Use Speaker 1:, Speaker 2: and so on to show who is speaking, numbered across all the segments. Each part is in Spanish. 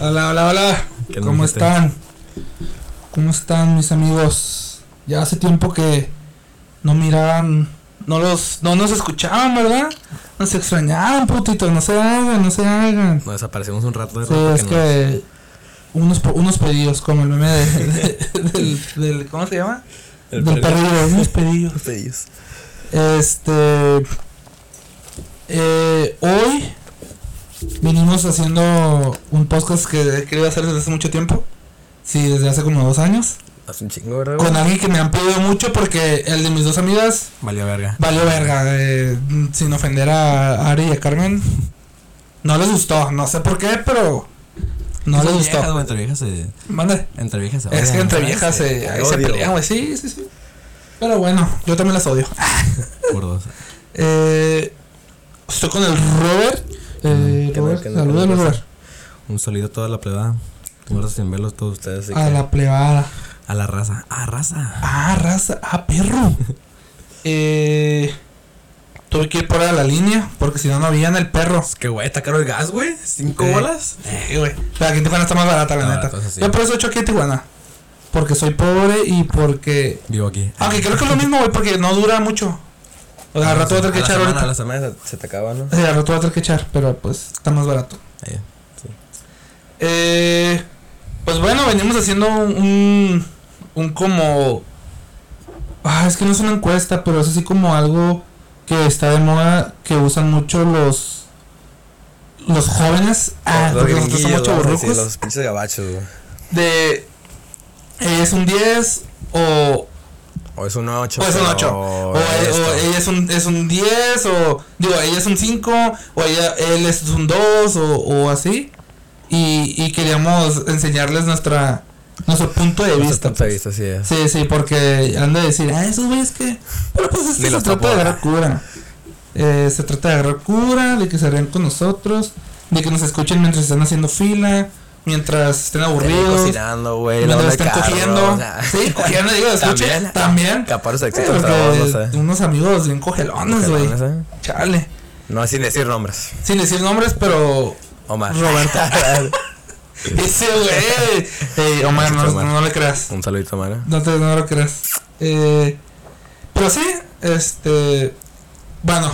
Speaker 1: Hola, hola, hola.
Speaker 2: ¿Qué
Speaker 1: ¿Cómo
Speaker 2: dijiste?
Speaker 1: están? ¿Cómo están mis amigos? Ya hace tiempo que no miraban, no los, no nos escuchaban, ¿verdad? Nos extrañaban, putito, no se hagan, no se hagan.
Speaker 2: Nos desaparecimos un rato de
Speaker 1: Sí,
Speaker 2: rato
Speaker 1: es
Speaker 2: que
Speaker 1: que unos, po- unos pedidos, como el meme de- de- del, del- ¿cómo se llama?
Speaker 2: no- el
Speaker 1: del
Speaker 2: perro-
Speaker 1: perdido, unos pedidos.
Speaker 2: de ellos.
Speaker 1: Este. eh, hoy vinimos haciendo un podcast que he querido hacer desde hace mucho tiempo. Sí, desde hace como dos años.
Speaker 2: Hace un chingo, ¿verdad? güey?
Speaker 1: Con alguien que me han pedido mucho porque el de mis dos amigas
Speaker 2: Valió verga.
Speaker 1: valió verga. eh, sin ofender a Ari y a Carmen. No les gustó, no sé por qué, pero. No
Speaker 2: Son
Speaker 1: les
Speaker 2: viejas,
Speaker 1: gustó.
Speaker 2: güey, entre viejas se.
Speaker 1: Mande.
Speaker 2: Entre viejas se
Speaker 1: Es que
Speaker 2: odian,
Speaker 1: entre
Speaker 2: ¿sabes?
Speaker 1: viejas se, ahí se
Speaker 2: odio,
Speaker 1: pelean, güey. Sí, sí, sí. Pero bueno, yo también las odio.
Speaker 2: Por dos.
Speaker 1: Eh, estoy con el Robert. Eh,
Speaker 2: Mm, que no,
Speaker 1: Robert,
Speaker 2: que no,
Speaker 1: salúdalo,
Speaker 2: que no,
Speaker 1: Robert.
Speaker 2: Un saludo a toda la plebada. Muertos sin verlos todos ustedes. así
Speaker 1: A
Speaker 2: que-
Speaker 1: la plebada.
Speaker 2: a la raza. ¡Ah, raza!
Speaker 1: Ah, raza. Ah, perro. eh, tuve que ir por a la línea porque si no, no habían el perro.
Speaker 2: Es que, güey, está caro el gas, güey. Cinco
Speaker 1: Eh,
Speaker 2: bolas.
Speaker 1: Eh, güey. Pero aquí en Tijuana está más barata, la
Speaker 2: Ah,
Speaker 1: neta.
Speaker 2: entonces sí.
Speaker 1: Yo por eso echo aquí en Tijuana. Porque soy pobre y porque.
Speaker 2: Vivo aquí.
Speaker 1: Aunque Ah, creo que es lo mismo, güey, porque no dura mucho. O sea, al rato voy a tener que
Speaker 2: la
Speaker 1: echar
Speaker 2: semana- A
Speaker 1: ahorita.
Speaker 2: la semana se, se te acaba, ¿no?
Speaker 1: Sí, Eh, al rato voy a tener que echar, pero pues está más barato.
Speaker 2: Ahí, Ah, sí.
Speaker 1: Eh, pues bueno, venimos haciendo un, un como... Ah, es que no es una encuesta, pero es así como algo que está de moda, que usan mucho los... Los jóvenes, ah, porque nosotros somos
Speaker 2: gringuillos, vamos a decir,
Speaker 1: chavorrucos,
Speaker 2: Los pinches gabachos, güey.
Speaker 1: de... eh, es un 10 o,
Speaker 2: O es un ocho.
Speaker 1: o es un
Speaker 2: pero-
Speaker 1: 8. O, eh,
Speaker 2: esto.
Speaker 1: o ella es un, es un 10, o digo, ella es un 5, o ella, él es un 2, o, o así. Y, y queríamos enseñarles nuestra nuestro punto de
Speaker 2: Nuestro
Speaker 1: vista.
Speaker 2: punto de
Speaker 1: pues.
Speaker 2: vista, sí es.
Speaker 1: Sí, sí, porque han de decir, ah, esos güeyes que. Pero pues esto
Speaker 2: Ni
Speaker 1: se
Speaker 2: los
Speaker 1: trata de
Speaker 2: tapó.
Speaker 1: agarrar cura. Eh, se trata de agarrar cura, de que se rían con nosotros, de que nos escuchen mientras están haciendo fila, mientras estén aburridos.
Speaker 2: cocinando, güey.
Speaker 1: Mientras
Speaker 2: lavando
Speaker 1: están
Speaker 2: el carro,
Speaker 1: cogiendo.
Speaker 2: o sea.
Speaker 1: Sí, cogiendo, digo, escuchen,
Speaker 2: También.
Speaker 1: también.
Speaker 2: Capaz los
Speaker 1: Sí,
Speaker 2: éxitos
Speaker 1: porque
Speaker 2: trabajos, no sé.
Speaker 1: Unos amigos bien cogelones, güey.
Speaker 2: Cogelones, ¿eh?
Speaker 1: Chale.
Speaker 2: No, sin decir nombres.
Speaker 1: Sin decir nombres, pero.
Speaker 2: Omar.
Speaker 1: Roberto. Ese güey. Ey, Omar, no,
Speaker 2: Omar.
Speaker 1: no le creas.
Speaker 2: Un saludito, Omar. ¿eh?
Speaker 1: No, te, no lo creas. Eh, pero sí, este. Bueno,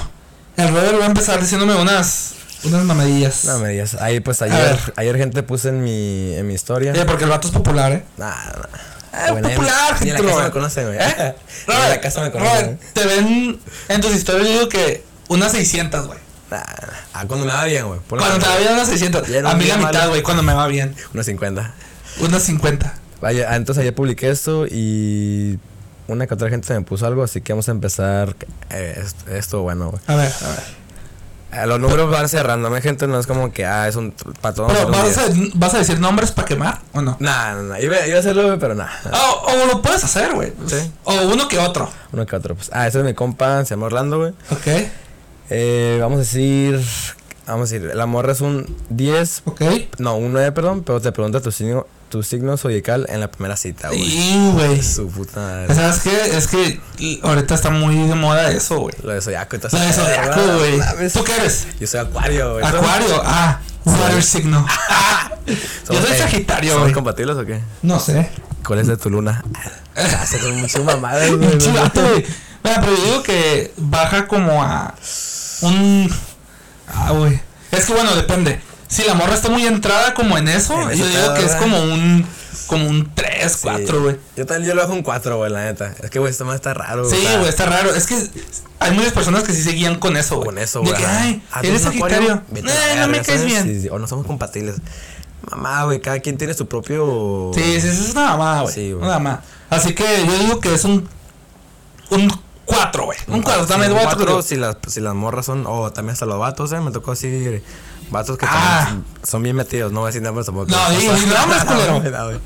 Speaker 1: el Robert va a empezar diciéndome unas. Unas mamadillas.
Speaker 2: No me digas. Ahí, pues ayer,
Speaker 1: ver.
Speaker 2: ayer gente puse en mi, en mi historia.
Speaker 1: Eh, porque el vato es popular, ¿eh?
Speaker 2: Nah, nah.
Speaker 1: Ah,
Speaker 2: Bueno, ni-
Speaker 1: popular,
Speaker 2: Ni en la
Speaker 1: Robert.
Speaker 2: casa me conocen, güey.
Speaker 1: ¿Eh?
Speaker 2: Ni en la casa me eh. conocen.
Speaker 1: Robert, te ven en tus historias, yo digo que unas 600, güey.
Speaker 2: Nah, nah. Ah, cuando me va bien, güey. Ponle
Speaker 1: Cuando te va bien unas 600.
Speaker 2: Ya era
Speaker 1: A
Speaker 2: un
Speaker 1: mí
Speaker 2: día
Speaker 1: la mitad,
Speaker 2: malo.
Speaker 1: güey, cuando me va bien.
Speaker 2: Unos 50.
Speaker 1: Unas 50.
Speaker 2: Vaya, ah, entonces ayer publiqué esto y una que otra gente me puso algo, así que vamos a empezar eh, esto, esto bueno, güey.
Speaker 1: A ver, a ver.
Speaker 2: Eh, Los números van a ser random, ¿eh, gente, no es como que, ah, es un para todos.
Speaker 1: Pero,
Speaker 2: vamos a
Speaker 1: ¿vas
Speaker 2: hacer
Speaker 1: a,
Speaker 2: un
Speaker 1: vas a decir nombres para quemar o no?
Speaker 2: video. Nah, nah, nah, iba, iba a hacerlo, güey, pero nada.
Speaker 1: O, o lo puedes hacer, güey.
Speaker 2: Sí.
Speaker 1: O uno que otro.
Speaker 2: Uno que otro, pues. Ah, ese es mi compa, se llama Orlando, güey.
Speaker 1: Ok,
Speaker 2: Eh, vamos a decir, vamos a decir, la morra es un 10,
Speaker 1: ok.
Speaker 2: no, un 9, perdón, pero te pregunta tu signo, tu signo zodiacal en la primera cita, güey.
Speaker 1: Y, Ah, güey.
Speaker 2: Su puta madre.
Speaker 1: ¿Sabes qué? Es que y- ahorita está muy de moda eso, güey.
Speaker 2: Lo de zodiaco, entonces.
Speaker 1: La de zodiaco,
Speaker 2: Ah,
Speaker 1: güey.
Speaker 2: mames.
Speaker 1: ¿Tú qué eres?
Speaker 2: Yo soy acuario, güey.
Speaker 1: Acuario. Ah, water signo. Yo soy
Speaker 2: eh,
Speaker 1: sagitario,
Speaker 2: ¿Somos
Speaker 1: güey.
Speaker 2: compatibles o qué?
Speaker 1: No sé.
Speaker 2: ¿Cuál es de tu luna? Ah, Se con mucho mamada, güey.
Speaker 1: Pinche vato, güey. Mira, pero yo digo que baja como a un. Ah, güey. Es que bueno, depende. Si la morra está muy entrada como en eso,
Speaker 2: En ese
Speaker 1: yo digo
Speaker 2: pedo,
Speaker 1: que es
Speaker 2: ¿verdad?
Speaker 1: como un. Como un 3, 4, güey.
Speaker 2: Yo también yo lo bajo un 4, güey, la neta. Es que, güey, esto más está raro,
Speaker 1: Sí,
Speaker 2: o sea,
Speaker 1: güey, está raro. Es que hay muchas personas que sí se guían con eso, güey.
Speaker 2: Con eso,
Speaker 1: De
Speaker 2: güey.
Speaker 1: que,
Speaker 2: ajá.
Speaker 1: ay,
Speaker 2: Ah, ¿tú
Speaker 1: eres
Speaker 2: un acuario?
Speaker 1: sagitario.
Speaker 2: Vete a la
Speaker 1: Ay, no
Speaker 2: verga,
Speaker 1: me caes
Speaker 2: ¿sabes?
Speaker 1: bien.
Speaker 2: Sí, sí, O no somos compatibles. Mamá, güey, cada quien tiene su propio.
Speaker 1: Sí, sí, eso es una mamada, güey.
Speaker 2: Sí, güey.
Speaker 1: una mamada. Así que yo digo que es un. Un 4, güey. Un 4,
Speaker 2: cuatro,
Speaker 1: también
Speaker 2: un
Speaker 1: voy a
Speaker 2: cuatro,
Speaker 1: otro-
Speaker 2: si las, si las morras son, o también hasta los vatos, eh, me tocó así, vatos que
Speaker 1: Ah.
Speaker 2: también son, son bien metidos, no voy a decir nombres tampoco.
Speaker 1: No, di- di nombres, culero.
Speaker 2: güey, no, güey.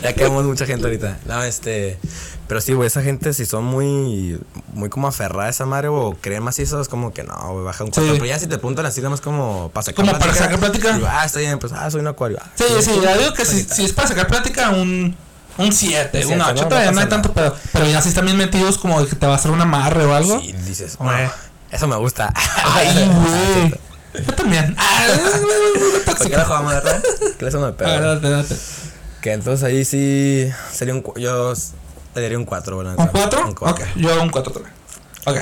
Speaker 2: Ya quedamos mucha gente ahorita. No, este, pero sí, güey, esa gente si son muy, muy como aferrada a esa madre, o creen macizo, es como que no, güey, baja un cuatro,
Speaker 1: Sí.
Speaker 2: pero ya si te apuntan así, nada más como para sacar
Speaker 1: Como para sacar plática.
Speaker 2: digo, ah, está bien, pues, ah, soy un acuario. ah,
Speaker 1: Sí, sí, yo digo que si, si es para sacar plática, un. Un 7,
Speaker 2: Un
Speaker 1: un
Speaker 2: siete,
Speaker 1: 8,
Speaker 2: no,
Speaker 1: todavía
Speaker 2: no
Speaker 1: no hay
Speaker 2: pasa
Speaker 1: tanto pedo. Pero ya si están bien metidos, como de que te va a hacer un amarre o algo.
Speaker 2: Sí, dices,
Speaker 1: Güey.
Speaker 2: "Ah, eso me gusta.
Speaker 1: Ay, güey. Yo también. Ah,
Speaker 2: ¿Por qué la jugamos, verdad? ¿Qué le hacemos de pedo?
Speaker 1: ah, date, date.
Speaker 2: Que entonces ahí sí sería un cu- yo s- le daría un 4, bueno.
Speaker 1: ¿Un 4? Ok, yo hago un 4 también. Ok.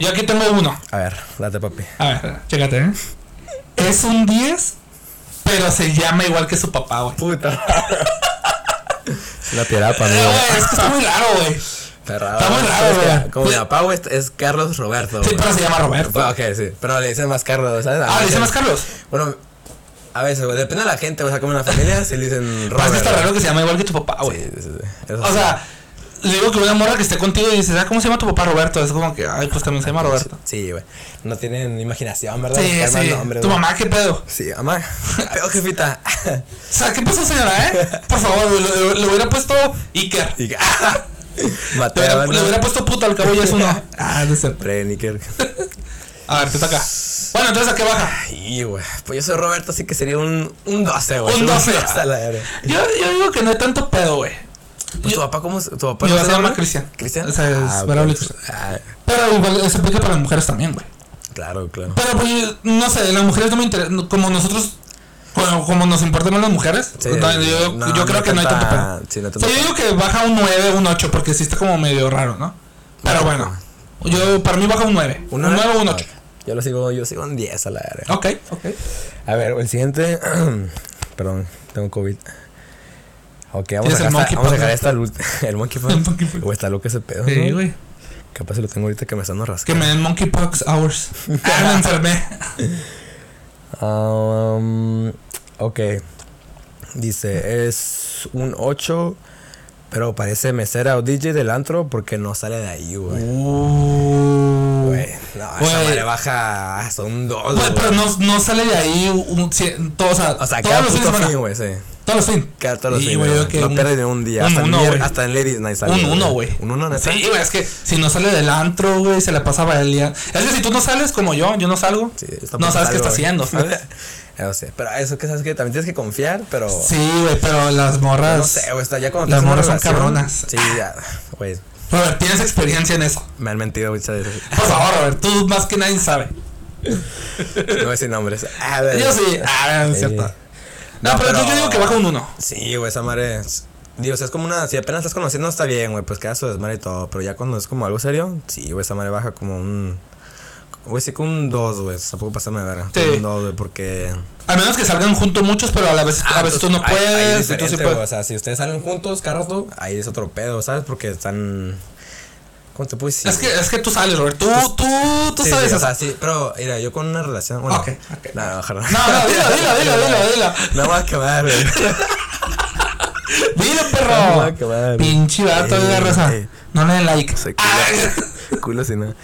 Speaker 1: Yo aquí tengo uno.
Speaker 2: A ver, date papi.
Speaker 1: A ver, chécate, ¿eh? Es un 10, pero se llama igual que su papá, güey.
Speaker 2: Puta. La
Speaker 1: Eh,
Speaker 2: pirapa, amigo.
Speaker 1: güey, es que está muy raro, güey. Sí,
Speaker 2: Está raro.
Speaker 1: Está muy
Speaker 2: ¿no?
Speaker 1: raro,
Speaker 2: Es que,
Speaker 1: güey.
Speaker 2: Como mi papá, güey, es Carlos Roberto. güey.
Speaker 1: pero se llama Roberto.
Speaker 2: Ah, ok, sí. Pero le dicen más Carlos, ¿sabes? A
Speaker 1: Ah, ¿le
Speaker 2: veces-
Speaker 1: dice más Carlos?
Speaker 2: Bueno, a veces, güey. Depende de la gente, o sea, como en la familia, si le dicen
Speaker 1: Pero es
Speaker 2: Roberto.
Speaker 1: que está raro que se llama igual que tu papá, güey.
Speaker 2: Sí, sí, sí. Eso
Speaker 1: O
Speaker 2: sí.
Speaker 1: sea, le digo que una morra que esté contigo y dices, ah, ¿cómo se llama tu papá Roberto? Es como que, ay, pues también se llama Roberto.
Speaker 2: Sí, güey. No tienen imaginación, ¿verdad?
Speaker 1: Sí,
Speaker 2: Buscar más
Speaker 1: sí.
Speaker 2: nombres,
Speaker 1: ¿Tu
Speaker 2: güey.
Speaker 1: mamá qué pedo?
Speaker 2: Sí, mamá. Peor jefita.
Speaker 1: O sea, ¿qué pasó, señora, eh? Por favor, güey, le, le hubiera puesto Iker.
Speaker 2: Y que- ah. pues,
Speaker 1: Le
Speaker 2: Mateo,
Speaker 1: hubiera,
Speaker 2: ¿no?
Speaker 1: le hubiera puesto puta al cabo ya es uno. Ah, no es cierto.
Speaker 2: Pre, Níquel.
Speaker 1: A ver, te toca. Bueno, entonces, ¿a qué baja?
Speaker 2: Ay, güey. Pues yo soy Roberto, así que sería un, un 12, güey.
Speaker 1: Un 12.
Speaker 2: a la verga.
Speaker 1: Yo, yo digo que no hay tanto pedo, güey.
Speaker 2: Pues tu papá, ¿cómo es? Tu papá
Speaker 1: Mi
Speaker 2: no
Speaker 1: papá se llama
Speaker 2: ¿no?
Speaker 1: Cristian.
Speaker 2: Cristian.
Speaker 1: O sea, es
Speaker 2: Ah,
Speaker 1: variable
Speaker 2: pues, ah,
Speaker 1: Pero igual eso aplica para las mujeres también, güey.
Speaker 2: claro, claro.
Speaker 1: Pero pues, no sé, las mujeres no me interesan. Como nosotros, como, como nos importan más las mujeres,
Speaker 2: Sí,
Speaker 1: no, yo,
Speaker 2: no,
Speaker 1: yo
Speaker 2: no
Speaker 1: creo que no hay tanto
Speaker 2: tanta-
Speaker 1: pedo.
Speaker 2: sí, no hay
Speaker 1: o
Speaker 2: tanto
Speaker 1: sea, yo digo que baja un 9, un 8, porque sí está como medio raro, ¿no? Pero bueno, yo para mí baja un 9. Un 9 o un 8.
Speaker 2: Yo lo sigo, yo sigo en 10 a la verga.
Speaker 1: Ok, ok.
Speaker 2: A ver, el siguiente. Perdón, tengo COVID. Ok, vamos a
Speaker 1: Tienes el
Speaker 2: dejar,
Speaker 1: monkey
Speaker 2: esta, vamos a dejar
Speaker 1: pass,
Speaker 2: esta luz. El monkey
Speaker 1: El
Speaker 2: pass.
Speaker 1: monkey pass.
Speaker 2: Ah. Güey, está loco ese pedo.
Speaker 1: Sí,
Speaker 2: ¿no?
Speaker 1: güey.
Speaker 2: Capaz lo tengo ahorita que me están dando rasca.
Speaker 1: Que me den monkeypox hours. Ah, me enfermé.
Speaker 2: Um, ok. Dice, es un 8, pero parece mesera o DJ del antro porque no sale de ahí, güey.
Speaker 1: Uh.
Speaker 2: Güey, no, esa
Speaker 1: Mm. Güey.
Speaker 2: madre baja hasta un 2,
Speaker 1: Güey, pero no, no sale de ahí un, cien- todo, o sea,
Speaker 2: O sea,
Speaker 1: todos
Speaker 2: cada
Speaker 1: los fines de
Speaker 2: puto
Speaker 1: semana.
Speaker 2: fin, güey, sí.
Speaker 1: Todos los fines.
Speaker 2: Cada todos los
Speaker 1: Sí,
Speaker 2: fines,
Speaker 1: güey,
Speaker 2: güey.
Speaker 1: que
Speaker 2: No
Speaker 1: un-
Speaker 2: pierde ni un día.
Speaker 1: un
Speaker 2: hasta, en
Speaker 1: uno,
Speaker 2: mier-
Speaker 1: güey.
Speaker 2: hasta en Ladies Night sale.
Speaker 1: Un uno, güey.
Speaker 2: Un 1, neta.
Speaker 1: Sí, güey, es que si no sale del antro, güey, se la pasa baileando. Es que si tú no sales como yo, yo no salgo.
Speaker 2: Sí, está
Speaker 1: no sabes qué está
Speaker 2: pasando,
Speaker 1: haciendo,
Speaker 2: güey.
Speaker 1: ¿sabes?
Speaker 2: no sé, pero eso que sabes que también tienes que confiar, pero...
Speaker 1: Sí, güey, pero las morras.
Speaker 2: Oh. No sé, güey, está ya cuando
Speaker 1: Las
Speaker 2: estás en una
Speaker 1: morras son
Speaker 2: relación,
Speaker 1: cabronas.
Speaker 2: Sí, ya, güey,
Speaker 1: Robert, tienes experiencia en eso.
Speaker 2: me han mentido muchas veces.
Speaker 1: Por favor, Robert, tú más que nadie sabe.
Speaker 2: No voy a decir nombres. Ah, de-
Speaker 1: Yo sí. Ah, no es
Speaker 2: Sí.
Speaker 1: cierto. No,
Speaker 2: No,
Speaker 1: pero, yo- yo
Speaker 2: pero-
Speaker 1: digo que baja un uno.
Speaker 2: Sí, güey, esa madre. es- Digo, o sea, es como una. Si apenas estás conociendo, está bien, güey, pues queda su desmadre y todo. Pero ya cuando es como algo serio, sí, güey, esa madre baja como un. Güey, sí, como un 2, güey. Tampoco pasarme de verga.
Speaker 1: Sí.
Speaker 2: Como Un 2, güey, porque.
Speaker 1: Al menos que salgan juntos muchos, pero a la vez, a veces Ah, pues tú no
Speaker 2: Ah, pues, Ahí- ahí es
Speaker 1: puedes. pues, y tú sí
Speaker 2: diferente,
Speaker 1: puedes.
Speaker 2: güey, O sea, si ustedes salen juntos, carro, ahí es otro pedo, ¿sabes? Porque están. ¿Cómo te puedo decir?
Speaker 1: Es que, es que tú sales, Robert. Tú, tú, tú
Speaker 2: Pues, Sí,
Speaker 1: sabes
Speaker 2: sí, o
Speaker 1: eso.
Speaker 2: sea, sí, pero mira, yo con una relación. Bueno,
Speaker 1: Ok, ok.
Speaker 2: No, no, ojalá.
Speaker 1: No, no, dilo, dilo, dilo, dilo, dilo.
Speaker 2: No más que va, güey.
Speaker 1: Dilo,
Speaker 2: No
Speaker 1: perro.
Speaker 2: más que va, güey.
Speaker 1: Pinche vato de la raza.
Speaker 2: Ey.
Speaker 1: No le den like.
Speaker 2: Se culo.
Speaker 1: Ah.
Speaker 2: culo sin nada.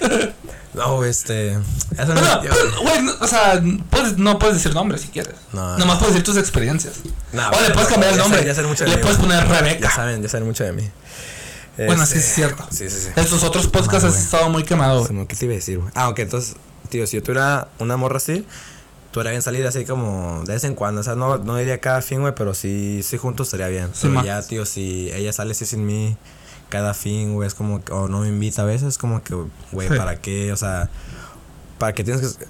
Speaker 2: No, güey, este. Eso no,
Speaker 1: Bueno,
Speaker 2: yo-
Speaker 1: pero, güey, no, o sea, puedes- no puedes decir nombres si quieres.
Speaker 2: No.
Speaker 1: Nomás puedes decir tus experiencias.
Speaker 2: No,
Speaker 1: o le
Speaker 2: pero-
Speaker 1: puedes cambiar el
Speaker 2: ya
Speaker 1: nombre.
Speaker 2: sé- ya sé mucho de
Speaker 1: le
Speaker 2: mí,
Speaker 1: puedes
Speaker 2: güey.
Speaker 1: poner
Speaker 2: ya
Speaker 1: Rebeca.
Speaker 2: saben, ya saben mucho de mí.
Speaker 1: Bueno,
Speaker 2: Este,
Speaker 1: sí, es cierto.
Speaker 2: Sí, sí, sí.
Speaker 1: En sus otros podcasts
Speaker 2: Madre,
Speaker 1: has
Speaker 2: güey.
Speaker 1: estado muy quemado,
Speaker 2: Se
Speaker 1: güey.
Speaker 2: me- ¿Qué te iba a decir, güey? Ah, ok, entonces, tío, si yo tuviera una morra así, tú eras bien salida así como de vez en cuando. O sea, no, no diría cada fin, güey, pero sí, sí juntos estaría bien.
Speaker 1: Sí,
Speaker 2: pero
Speaker 1: ma.
Speaker 2: ya, tío, si ella sale así sin mí cada fin, güey, es como que, o no me invita a veces, es como que, güey,
Speaker 1: Sí.
Speaker 2: ¿para qué? O sea, ¿para qué tienes que.?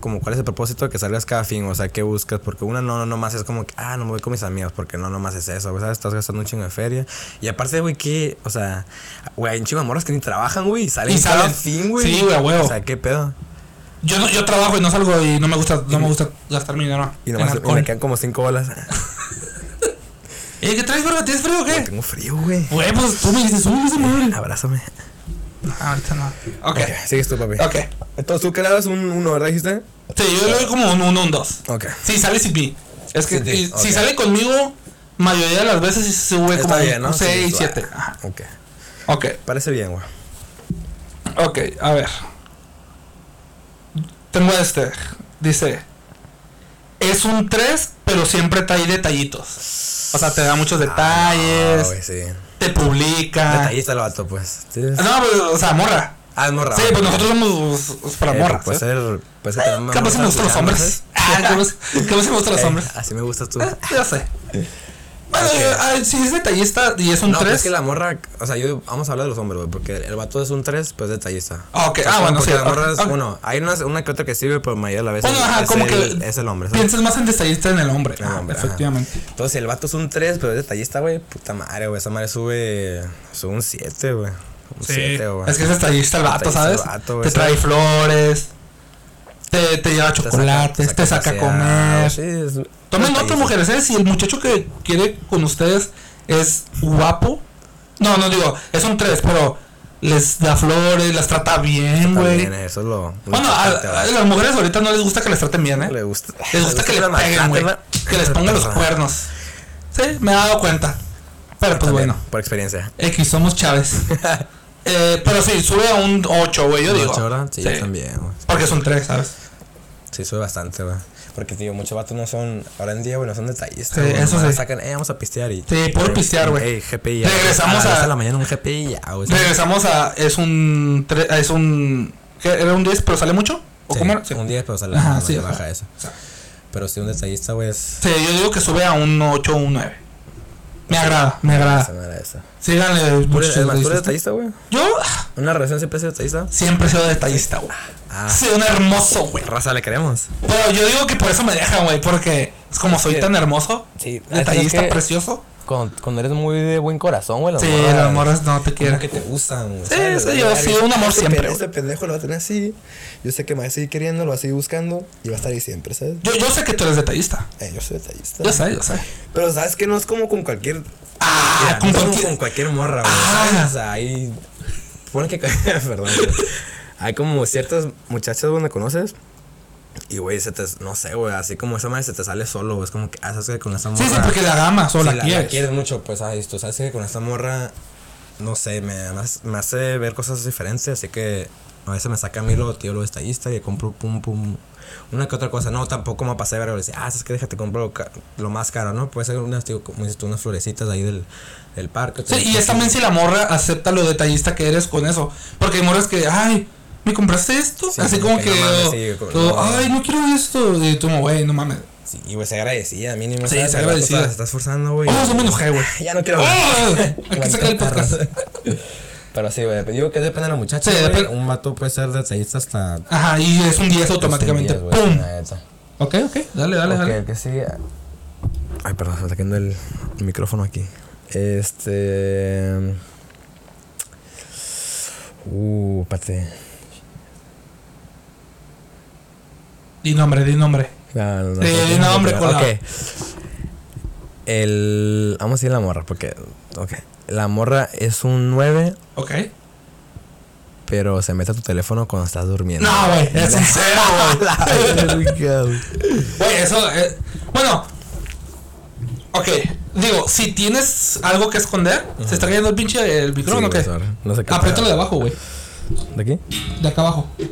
Speaker 2: Como, ¿cuál es el propósito de que salgas cada fin? O sea, ¿qué buscas? Porque una no, no, nomás es como que, ah, no me voy con mis amigos, porque no, nomás es eso, güey, ¿sabes? Estás gastando un chingo de feria. Y aparte, güey, que, o sea, güey, hay un chingo de morras que ni trabajan, güey, y salen
Speaker 1: Y
Speaker 2: cada
Speaker 1: salen.
Speaker 2: fin, güey.
Speaker 1: Sí, güey, a huevo.
Speaker 2: O sea, ¿qué pedo?
Speaker 1: Yo, no, yo trabajo y no salgo y no me gusta, no me gusta gastar mi dinero.
Speaker 2: Y
Speaker 1: en
Speaker 2: nomás y
Speaker 1: alcohol.
Speaker 2: me quedan como cinco bolas.
Speaker 1: Eh, ¿Qué traes, verga? ¿Tienes frío o
Speaker 2: Güey,
Speaker 1: qué?
Speaker 2: tengo frío, güey.
Speaker 1: Güey, pues tú me dices, uy, esa madre.
Speaker 2: Abrázame.
Speaker 1: No, ahorita no. Ok,
Speaker 2: Ok, sigues tú, papi.
Speaker 1: ok.
Speaker 2: Entonces tú que le das un uno, ¿verdad? Dijiste.
Speaker 1: Sí, yo le doy como un 1, un 2.
Speaker 2: Ok.
Speaker 1: Sí, sale sin mí. Es que
Speaker 2: Sin ti,
Speaker 1: y-
Speaker 2: ok.
Speaker 1: si sale conmigo, mayoría de las veces sí se sube como
Speaker 2: Está bien, ¿no?
Speaker 1: 6,
Speaker 2: Sí,
Speaker 1: 7.
Speaker 2: suave.
Speaker 1: Ajá.
Speaker 2: Ok.
Speaker 1: Ok,
Speaker 2: Parece bien, güey.
Speaker 1: ok, a ver. Tengo este. Dice: Es un 3, pero siempre trae detallitos. O sea, te da muchos
Speaker 2: Ah,
Speaker 1: detalles,
Speaker 2: güey, sí.
Speaker 1: te publica.
Speaker 2: Detallista el vato, pues. Sí, es-
Speaker 1: No, pues, o sea, morra.
Speaker 2: Ah, es morra.
Speaker 1: Sí,
Speaker 2: güey.
Speaker 1: pues nosotros somos pues, para
Speaker 2: Eh,
Speaker 1: morra.
Speaker 2: Puede
Speaker 1: ¿sí?
Speaker 2: ser. pues Puede ser también
Speaker 1: Capaz si me gustan los hombres. Ah, capaz capaz si me gustan los
Speaker 2: Eh,
Speaker 1: hombres.
Speaker 2: Así me gustas tú.
Speaker 1: Eh, Ya sé. Bueno,
Speaker 2: Ok.
Speaker 1: eh, ah, sí, es detallista y es un
Speaker 2: no, pero
Speaker 1: 3.
Speaker 2: es que la morra, o sea, yo vamos a hablar de los hombres, güey, porque el vato es un 3, pues detallista.
Speaker 1: Ah, ok.
Speaker 2: O sea,
Speaker 1: Ah, bueno,
Speaker 2: porque
Speaker 1: sí,
Speaker 2: las
Speaker 1: ok,
Speaker 2: morras,
Speaker 1: ok.
Speaker 2: bueno, hay una, una que otra que sirve, pero mayor de la vez
Speaker 1: Bueno,
Speaker 2: es,
Speaker 1: ajá,
Speaker 2: es
Speaker 1: como
Speaker 2: el,
Speaker 1: que
Speaker 2: es el hombre. ¿sabes?
Speaker 1: Piensas más en detallista en el hombre.
Speaker 2: En el
Speaker 1: Ah,
Speaker 2: hombre, ajá.
Speaker 1: efectivamente.
Speaker 2: Entonces, el vato es un 3, pero es detallista, güey, puta madre, güey, esa madre sube, sube un 7, güey. Un
Speaker 1: Sí.
Speaker 2: 7, güey.
Speaker 1: es que es detallista el vato,
Speaker 2: Detallista el
Speaker 1: ¿sabes?
Speaker 2: vato, güey,
Speaker 1: te trae
Speaker 2: ¿sabes?
Speaker 1: flores. Te, te lleva
Speaker 2: Te saca-
Speaker 1: chocolates, te saca, a
Speaker 2: pasear,
Speaker 1: comer.
Speaker 2: Sí, Pues es un-
Speaker 1: Tomen
Speaker 2: detallista.
Speaker 1: nota, mujeres, ¿eh? si el muchacho que quiere con ustedes es guapo. No, no digo, es un 3, pero les da flores, las trata bien, güey.
Speaker 2: También, eso es lo. lo
Speaker 1: Bueno, ah, a,
Speaker 2: importante,
Speaker 1: a
Speaker 2: güey.
Speaker 1: las mujeres ahorita no les gusta que les traten bien, ¿eh?
Speaker 2: le gusta.
Speaker 1: Les gusta que les
Speaker 2: la
Speaker 1: peguen, güey.
Speaker 2: macata,
Speaker 1: Que les pongan los
Speaker 2: Ajá.
Speaker 1: cuernos. Sí, me he dado cuenta. Pero pues
Speaker 2: También,
Speaker 1: bueno,
Speaker 2: Por experiencia.
Speaker 1: X somos Chávez. Eh, pero sí, sube a un 8, güey, yo
Speaker 2: ¿Un
Speaker 1: digo.
Speaker 2: ocho, verdad? Sí,
Speaker 1: Sí.
Speaker 2: yo también, güey.
Speaker 1: Porque son 3, ¿sabes?
Speaker 2: Sí, sube bastante, güey. Porque, tío, muchos vatos no son. Ahora en día, güey, no son detallistas.
Speaker 1: Sí,
Speaker 2: güey.
Speaker 1: eso
Speaker 2: Nomás
Speaker 1: sí.
Speaker 2: Sacan, eh, vamos a pistear y.
Speaker 1: Sí, puro
Speaker 2: Ey,
Speaker 1: pistear, güey.
Speaker 2: Ey, GPI. ya.
Speaker 1: Regresamos
Speaker 2: las
Speaker 1: a-
Speaker 2: dos de la mañana un GPI ya, güey.
Speaker 1: Regresamos a. Es un. tre- Es un. ¿qué? ¿Era un 10, pero sale mucho? ¿O
Speaker 2: Sí,
Speaker 1: cómo era? Sí.
Speaker 2: Un día, pero sale
Speaker 1: Ajá,
Speaker 2: la
Speaker 1: sí, ajá.
Speaker 2: baja eso. Pero sí, un detallista, güey, es.
Speaker 1: Sí, yo digo que sube a un 8 o un 9. Me agrada, me agrada.
Speaker 2: Esa madre esa.
Speaker 1: Síganle.
Speaker 2: ¿Tú
Speaker 1: Ah. muchos
Speaker 2: eres- además, ¿tú eres
Speaker 1: detallistas.
Speaker 2: detallista, güey?
Speaker 1: Yo
Speaker 2: ¿Una relación siempre es detallista?
Speaker 1: siempre he sido detallista, güey.
Speaker 2: Ah.
Speaker 1: Soy un hermoso, güey.
Speaker 2: Raza, le queremos.
Speaker 1: Pero yo digo que por eso me dejan, güey, porque es como soy
Speaker 2: Sí.
Speaker 1: tan hermoso,
Speaker 2: Sí,
Speaker 1: detallista,
Speaker 2: Ah, es que-
Speaker 1: precioso.
Speaker 2: Cuando, cuando eres muy de buen corazón, güey.
Speaker 1: Sí, las morras no te quieren.
Speaker 2: que te gustan, güey.
Speaker 1: Sí,
Speaker 2: ¿sabes?
Speaker 1: sí,
Speaker 2: La
Speaker 1: yo
Speaker 2: verdad,
Speaker 1: sí,
Speaker 2: dices,
Speaker 1: un amor
Speaker 2: "Ah, este
Speaker 1: siempre,
Speaker 2: pe- Este pendejo lo va a tener así. Yo sé que me va a seguir queriendo, lo va a seguir buscando y va a estar ahí siempre, ¿sabes?
Speaker 1: Yo, yo sé que tú eres detallista.
Speaker 2: Eh, yo soy detallista.
Speaker 1: Yo sé, yo sé.
Speaker 2: Pero sabes que no es como con cualquier.
Speaker 1: Ah,
Speaker 2: Mira,
Speaker 1: con
Speaker 2: no es como
Speaker 1: cualquier-
Speaker 2: con cualquier morra, güey.
Speaker 1: Ah.
Speaker 2: ¿sabes? O sea, hay. Pone que. Perdón. güey. Hay como ciertas muchachas donde conoces. Y, güey, se te. No sé, güey. Así como esa madre se te sale solo, güey. Es como que. Ah, sabes que con esa morra.
Speaker 1: Sí, sí, porque la gamas o
Speaker 2: Si
Speaker 1: la, quieres.
Speaker 2: mucho, pues ahí tú sabes que con esta morra, no sé, me, me hace- me hace ver cosas diferentes, así que a veces me saca a mí lo tío lo detallista y compro pum pum una que otra cosa. No, tampoco me pasé a ver, le dice, ah, es que déjate compro lo, ca- lo más caro, ¿no? Puede ser unas, tío, como dices tú, unas florecitas ahí del, del parque.
Speaker 1: Sí, y es también si la morra acepta lo detallista que eres con eso. Porque hay morras que, ay, ¿me compraste esto?
Speaker 2: Sí,
Speaker 1: Así
Speaker 2: como
Speaker 1: como
Speaker 2: que
Speaker 1: que,
Speaker 2: no mames,
Speaker 1: o-
Speaker 2: sí, como-
Speaker 1: o,
Speaker 2: no.
Speaker 1: ay, no quiero esto. Y tú, güey, no mames.
Speaker 2: Sí, y güey, se agradecía, mínimo.
Speaker 1: Sí,
Speaker 2: ¿sabes?
Speaker 1: se
Speaker 2: El vato,
Speaker 1: agradecía.
Speaker 2: Se está esforzando, güey. Ah,
Speaker 1: Oh, se me enojé, güey.
Speaker 2: Ya no quiero
Speaker 1: Oh,
Speaker 2: hablar.
Speaker 1: hay que sacar el podcast.
Speaker 2: Pero sí, güey, digo que depende de la muchacha.
Speaker 1: Sí,
Speaker 2: güey.
Speaker 1: depende-
Speaker 2: Un vato puede ser detallista hasta
Speaker 1: Ajá, y es un 10 automáticamente.
Speaker 2: Estos días, güey,
Speaker 1: ¡Pum!
Speaker 2: la neta.
Speaker 1: Ok, ok, dale, dale,
Speaker 2: Ok,
Speaker 1: dale.
Speaker 2: el que sigue. Ay, perdón, está sacando el micrófono aquí. Este. Uh, espérate.
Speaker 1: Di nombre, di nombre.
Speaker 2: Ah, no,
Speaker 1: Sí,
Speaker 2: no,
Speaker 1: no, hombre, con la-
Speaker 2: Ok. El. Vamos a ir a la morra, porque. Ok. La morra es un 9,
Speaker 1: Ok.
Speaker 2: pero se mete a tu teléfono cuando estás durmiendo.
Speaker 1: No, güey, es un cero, güey. Güey, eso. eh, bueno. Ok, digo, si tienes algo que esconder, se está cayendo el pinche el
Speaker 2: Sí,
Speaker 1: micrófono, o
Speaker 2: güey,
Speaker 1: ¿qué?
Speaker 2: sorry. No sé qué.
Speaker 1: Apriétalo de abajo, güey.
Speaker 2: ¿De aquí?
Speaker 1: De acá abajo.
Speaker 2: No,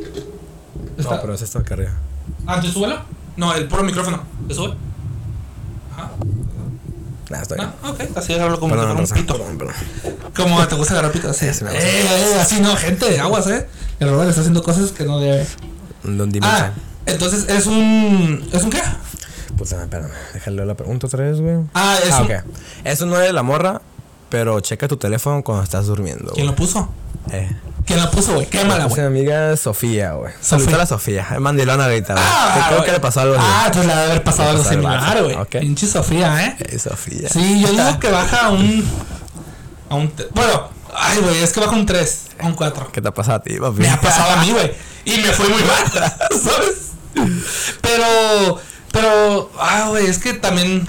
Speaker 1: Está-
Speaker 2: pero es esto acá arriba.
Speaker 1: Ah, ¿te súbelo? No, el puro micrófono. ¿Te sube? Ajá.
Speaker 2: Nah, está bien.
Speaker 1: Ah, ok. Así hablo como
Speaker 2: Perdón,
Speaker 1: si
Speaker 2: Rosa,
Speaker 1: fuera un pito.
Speaker 2: perdón, perdón.
Speaker 1: Como te gusta agarrar pito. Así, eh,
Speaker 2: Sí, me gusta.
Speaker 1: eh, así no, gente. Aguas, eh. El Robert está haciendo cosas que no debe.
Speaker 2: Don Dimension.
Speaker 1: Ah, entonces es un. ¿Es un qué?
Speaker 2: Puta, Pues, ah, espérame. Déjale la pregunta otra vez, güey.
Speaker 1: Ah, es
Speaker 2: Ah,
Speaker 1: un.
Speaker 2: ok. Eso no es la morra, pero checa tu teléfono cuando estás durmiendo,
Speaker 1: ¿Quién
Speaker 2: güey.
Speaker 1: lo puso?
Speaker 2: Eh.
Speaker 1: ¿Quién lo puso, güey? Quémala,
Speaker 2: Es mi
Speaker 1: güey.
Speaker 2: amiga Sofía, güey.
Speaker 1: Sofía.
Speaker 2: Saluda a la Sofía. Es mandilona ahorita, güey. Te Ah, creo
Speaker 1: güey.
Speaker 2: que le pasó algo así.
Speaker 1: Ah, entonces le debe haber pasado
Speaker 2: Le
Speaker 1: algo
Speaker 2: pasó algo
Speaker 1: similar,
Speaker 2: así.
Speaker 1: güey.
Speaker 2: Ok.
Speaker 1: Pinche Sofía, eh.
Speaker 2: Eh, Sofía.
Speaker 1: Sí, yo digo que baja a un. A un. te- Bueno, ay, güey, es que baja un 3, a un 4.
Speaker 2: ¿Qué te ha pasado a ti, papi?
Speaker 1: me ha pasado a mí, güey. Y me fue muy mal, ¿sabes? Pero, pero, ah, güey, es que también.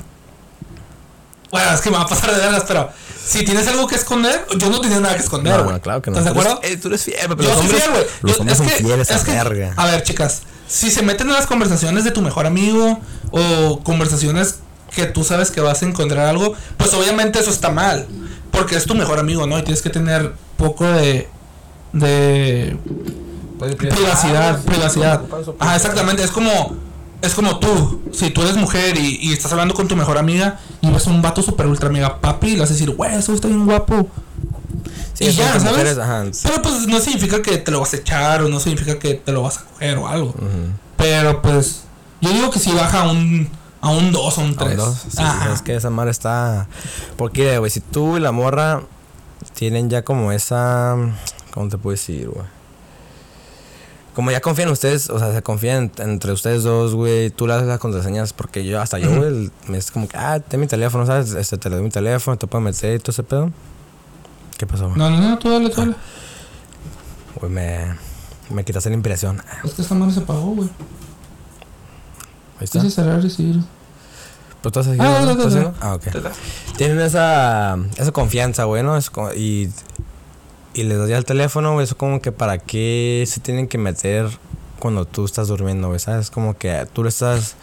Speaker 1: Bueno, es que me va a pasar de veras, pero si tienes algo que esconder, yo no tenía nada que esconder,
Speaker 2: No,
Speaker 1: güey.
Speaker 2: no, claro que no.
Speaker 1: ¿Estás de
Speaker 2: Tú eres-
Speaker 1: acuerdo?
Speaker 2: eh, tú eres fiel, papi.
Speaker 1: Yo
Speaker 2: Los
Speaker 1: soy
Speaker 2: hombres,
Speaker 1: fiel, güey.
Speaker 2: los
Speaker 1: Yo-
Speaker 2: hombres
Speaker 1: es
Speaker 2: son
Speaker 1: que-
Speaker 2: fieles
Speaker 1: es
Speaker 2: a
Speaker 1: que-
Speaker 2: verga.
Speaker 1: A ver, chicas, si se meten en las conversaciones de tu mejor amigo o conversaciones que tú sabes que vas a encontrar algo, pues obviamente eso está mal, porque es tu mejor amigo, ¿no? Y tienes que tener poco de de privacidad, privacidad. Ah, exactamente, es como es como tú, si tú eres mujer y, y estás hablando con tu mejor amiga y ves a un vato super ultra mega papi y le vas a decir, "Güey, eso está bien guapo." y
Speaker 2: Sí, es
Speaker 1: ya,
Speaker 2: como que
Speaker 1: ¿sabes?
Speaker 2: mujeres, ajá.
Speaker 1: Pero pues no significa que te lo vas a echar o no significa que te lo vas a coger o algo. Pero pues yo digo que si baja un A un 2 o un
Speaker 2: A un
Speaker 1: 3.
Speaker 2: dos. Sí, sí, es que esa madre está. Porque, güey, si tú y la morra tienen ya como esa. ¿Cómo te puedo decir, güey? Como ya confían ustedes, o sea, se confían en- entre ustedes dos, güey. Tú le das las contraseñas porque yo, hasta yo, güey, me es como que, ah, ten mi teléfono, ¿sabes? Este, te le doy mi teléfono, te puedo meter y todo ese pedo. ¿Qué pasó, güey?
Speaker 1: No, no, no, tú dale, tú dale.
Speaker 2: Güey, me, me quitaste la inspiración.
Speaker 1: Es que esta madre se apagó, güey.
Speaker 2: Ahí está.
Speaker 1: Dice cerrar y recibir.
Speaker 2: Pues tú has
Speaker 1: Ah, no, no,
Speaker 2: ¿Tú has
Speaker 1: no,
Speaker 2: seguido? Ah, ok. Tienen esa, esa confianza, güey, ¿no? Es como- y, y les das ya el teléfono, güey. Eso como que para qué se tienen que meter cuando tú estás durmiendo, güey, ¿sabes? Como que tú le estás...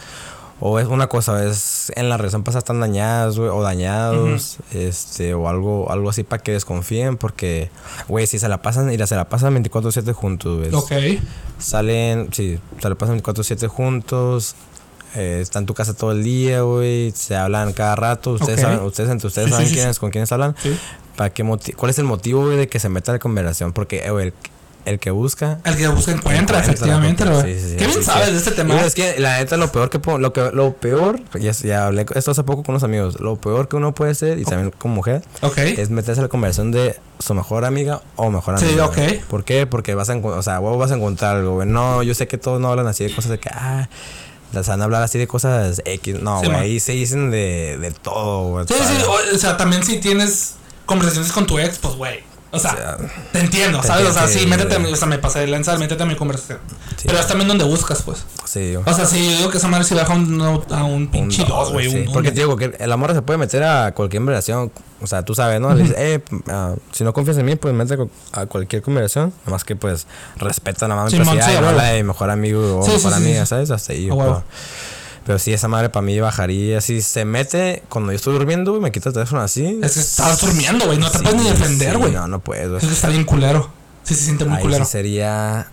Speaker 2: O es una cosa, es en la relación pasada están dañadas, güey, o dañados, este, o algo, algo así para que desconfíen, porque, güey, si se la pasan, y la se la pasan 24-7 juntos, güey.
Speaker 1: Ok.
Speaker 2: Salen, sí, se la pasan 24-7 juntos. eh, están en tu casa todo el día, güey. Se hablan cada rato. Ustedes
Speaker 1: Ok.
Speaker 2: saben, ustedes entre ustedes
Speaker 1: Sí, sí,
Speaker 2: saben
Speaker 1: sí,
Speaker 2: quiénes, con quiénes hablan.
Speaker 1: Sí.
Speaker 2: ¿Para qué moti- ¿Cuál es el motivo, güey, de que se meta la conversación? Porque, eh, güey, el, el que busca.
Speaker 1: El que busca encuentra,
Speaker 2: encuentra,
Speaker 1: efectivamente,
Speaker 2: encuentra.
Speaker 1: güey.
Speaker 2: Sí, sí, sí,
Speaker 1: ¿Qué bien
Speaker 2: sí,
Speaker 1: sabes
Speaker 2: sí.
Speaker 1: de este
Speaker 2: Y,
Speaker 1: tema?
Speaker 2: güey, es que la neta, lo peor que. po- Lo, que, lo peor. Ya, ya hablé esto hace poco con unos amigos. Lo peor que uno puede hacer, y también como mujer,
Speaker 1: Ok.
Speaker 2: es meterse a la conversación de su mejor amiga o mejor
Speaker 1: Sí,
Speaker 2: amigo.
Speaker 1: ok.
Speaker 2: güey. ¿Por qué? Porque vas a, encu- o sea, vos vas a encontrar algo, güey. No, yo sé que todos no hablan así de cosas de que, ah, las van a hablar así de cosas X. No,
Speaker 1: Sí,
Speaker 2: güey,
Speaker 1: man.
Speaker 2: ahí se dicen de, de todo, güey.
Speaker 1: Sí,
Speaker 2: Para-
Speaker 1: sí, o, o sea, también si tienes conversaciones con tu ex, pues, güey. O sea,
Speaker 2: sea,
Speaker 1: te entiendo,
Speaker 2: te
Speaker 1: ¿sabes? O sea,
Speaker 2: entiendo,
Speaker 1: sí, métete, a
Speaker 2: güey.
Speaker 1: mi- o sea, me pasé de lanzar, métete a mi conversación.
Speaker 2: Sí.
Speaker 1: Pero es también donde buscas, pues.
Speaker 2: Sí, güey.
Speaker 1: O sea, sí, yo digo que esa madre sí baja un- a un
Speaker 2: Un
Speaker 1: pinche
Speaker 2: dos,
Speaker 1: 2, güey.
Speaker 2: sí.
Speaker 1: un- un-
Speaker 2: Porque te digo, que el amor se puede meter a cualquier conversación. O sea, tú sabes, ¿no? Le dices, eh, ah, si no confías en mí, pues mete a cualquier conversación. Nomás que, pues, respeta nada más mi
Speaker 1: Simón,
Speaker 2: privacidad
Speaker 1: sí,
Speaker 2: y
Speaker 1: a
Speaker 2: no
Speaker 1: huevo.
Speaker 2: la de mejor amigo o
Speaker 1: Sí, sí,
Speaker 2: mejor
Speaker 1: sí,
Speaker 2: amiga,
Speaker 1: sí.
Speaker 2: ¿sabes? Hasta ahí.
Speaker 1: A
Speaker 2: pero-
Speaker 1: huevo.
Speaker 2: Pero sí, esa madre para mí bajaría. Si se mete cuando yo estoy durmiendo, güey, me quita el teléfono así.
Speaker 1: Es que estabas durmiendo, güey. No te
Speaker 2: Sí,
Speaker 1: puedes ni defender,
Speaker 2: sí,
Speaker 1: güey.
Speaker 2: no, no puedes, güey.
Speaker 1: Es que está bien culero. Sí, se siente muy
Speaker 2: Ahí sí
Speaker 1: culero.
Speaker 2: sería.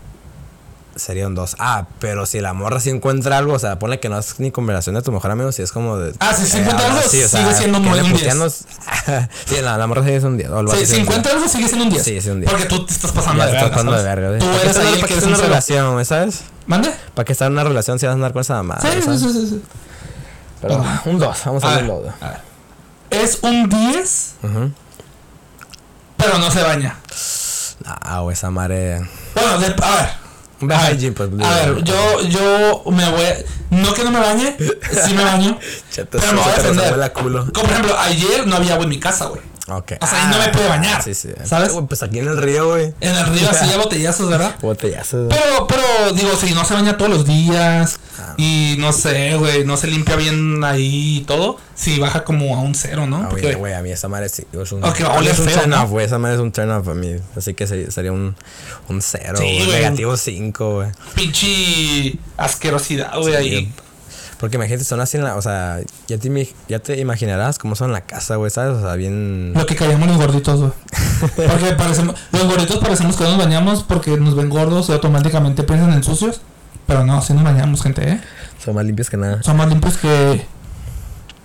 Speaker 2: Sería un dos. Ah, pero si la morra sí encuentra algo, o sea, ponle que no es ni conversación de tu mejor amigo, si es como de. eh,
Speaker 1: Ah, si se encuentra
Speaker 2: algo
Speaker 1: algo,
Speaker 2: así,
Speaker 1: sigue siendo un
Speaker 2: que le
Speaker 1: buen diez.
Speaker 2: puteanos- sí, la, la morra sigue siendo un 10.
Speaker 1: Sí, si encuentra algo, sigue siendo un 10.
Speaker 2: Sí, sí, un diez.
Speaker 1: Porque tú te estás
Speaker 2: Ya
Speaker 1: pasando
Speaker 2: te
Speaker 1: de
Speaker 2: estás
Speaker 1: verga.
Speaker 2: pasando de
Speaker 1: ¿sabes?
Speaker 2: verga.
Speaker 1: Tú
Speaker 2: ¿Para qué
Speaker 1: eres
Speaker 2: estar-
Speaker 1: ahí el
Speaker 2: ¿Para
Speaker 1: que
Speaker 2: qué
Speaker 1: es un
Speaker 2: estar en una
Speaker 1: cero.
Speaker 2: relación, güey, sabes?
Speaker 1: ¿Mande?
Speaker 2: ¿Para qué estar en una relación Ah, si vas a andar con esa
Speaker 1: Sí,
Speaker 2: madre?
Speaker 1: sí,
Speaker 2: ¿sabes?
Speaker 1: sí, Ah. sí, sí.
Speaker 2: Pero un 2, vamos
Speaker 1: A
Speaker 2: a
Speaker 1: ver,
Speaker 2: verlo. güey.
Speaker 1: a ver. Es un 10,
Speaker 2: Ujú.
Speaker 1: pero no se baña.
Speaker 2: Ah, güey, esa madre.
Speaker 1: Bueno, de- a ver.
Speaker 2: Un
Speaker 1: A
Speaker 2: viaje
Speaker 1: ver,
Speaker 2: gym, pues.
Speaker 1: Ah, a ver, yo, yo me voy. a- No que no me bañe, sí me baño.
Speaker 2: Chetos,
Speaker 1: pero me voy a
Speaker 2: se te
Speaker 1: defender.
Speaker 2: resbala el culo.
Speaker 1: Como por ejemplo, ayer no había agua en mi casa, güey.
Speaker 2: Ok. Ah,
Speaker 1: O sea, ahí no me pude bañar,
Speaker 2: Sí, sí.
Speaker 1: ¿sabes?
Speaker 2: Güey, pues aquí en el río, güey.
Speaker 1: En el río así a botellazos, ¿verdad?
Speaker 2: Botellazos.
Speaker 1: Pero, pero, digo, si no se baña todos los días y no sé, güey, no se limpia bien ahí y todo, si baja como a un cero, ¿no?
Speaker 2: Ah,
Speaker 1: Porque-
Speaker 2: güey, güey, a mí esa madre sí, es un,
Speaker 1: Ok, va a oler
Speaker 2: es un
Speaker 1: feo,
Speaker 2: turn
Speaker 1: ¿no?
Speaker 2: off, güey. Esa madre es un turn off a mí. Así que sería, sería un, un cero,
Speaker 1: Sí,
Speaker 2: güey,
Speaker 1: güey.
Speaker 2: negativo cinco, güey.
Speaker 1: pinche asquerosidad, güey, ahí.
Speaker 2: Porque imagínate, son así en la. O sea, ya te, imi- ya te imaginarás cómo son en la casa, güey, ¿sabes? O sea, bien.
Speaker 1: Lo que callamos los gorditos, güey. Porque parecemos, los gorditos parecemos que no nos bañamos porque nos ven gordos y automáticamente piensan en sucios. Pero no, sí nos bañamos, gente, ¿eh?
Speaker 2: Son más limpias que nada.
Speaker 1: Son más limpios que.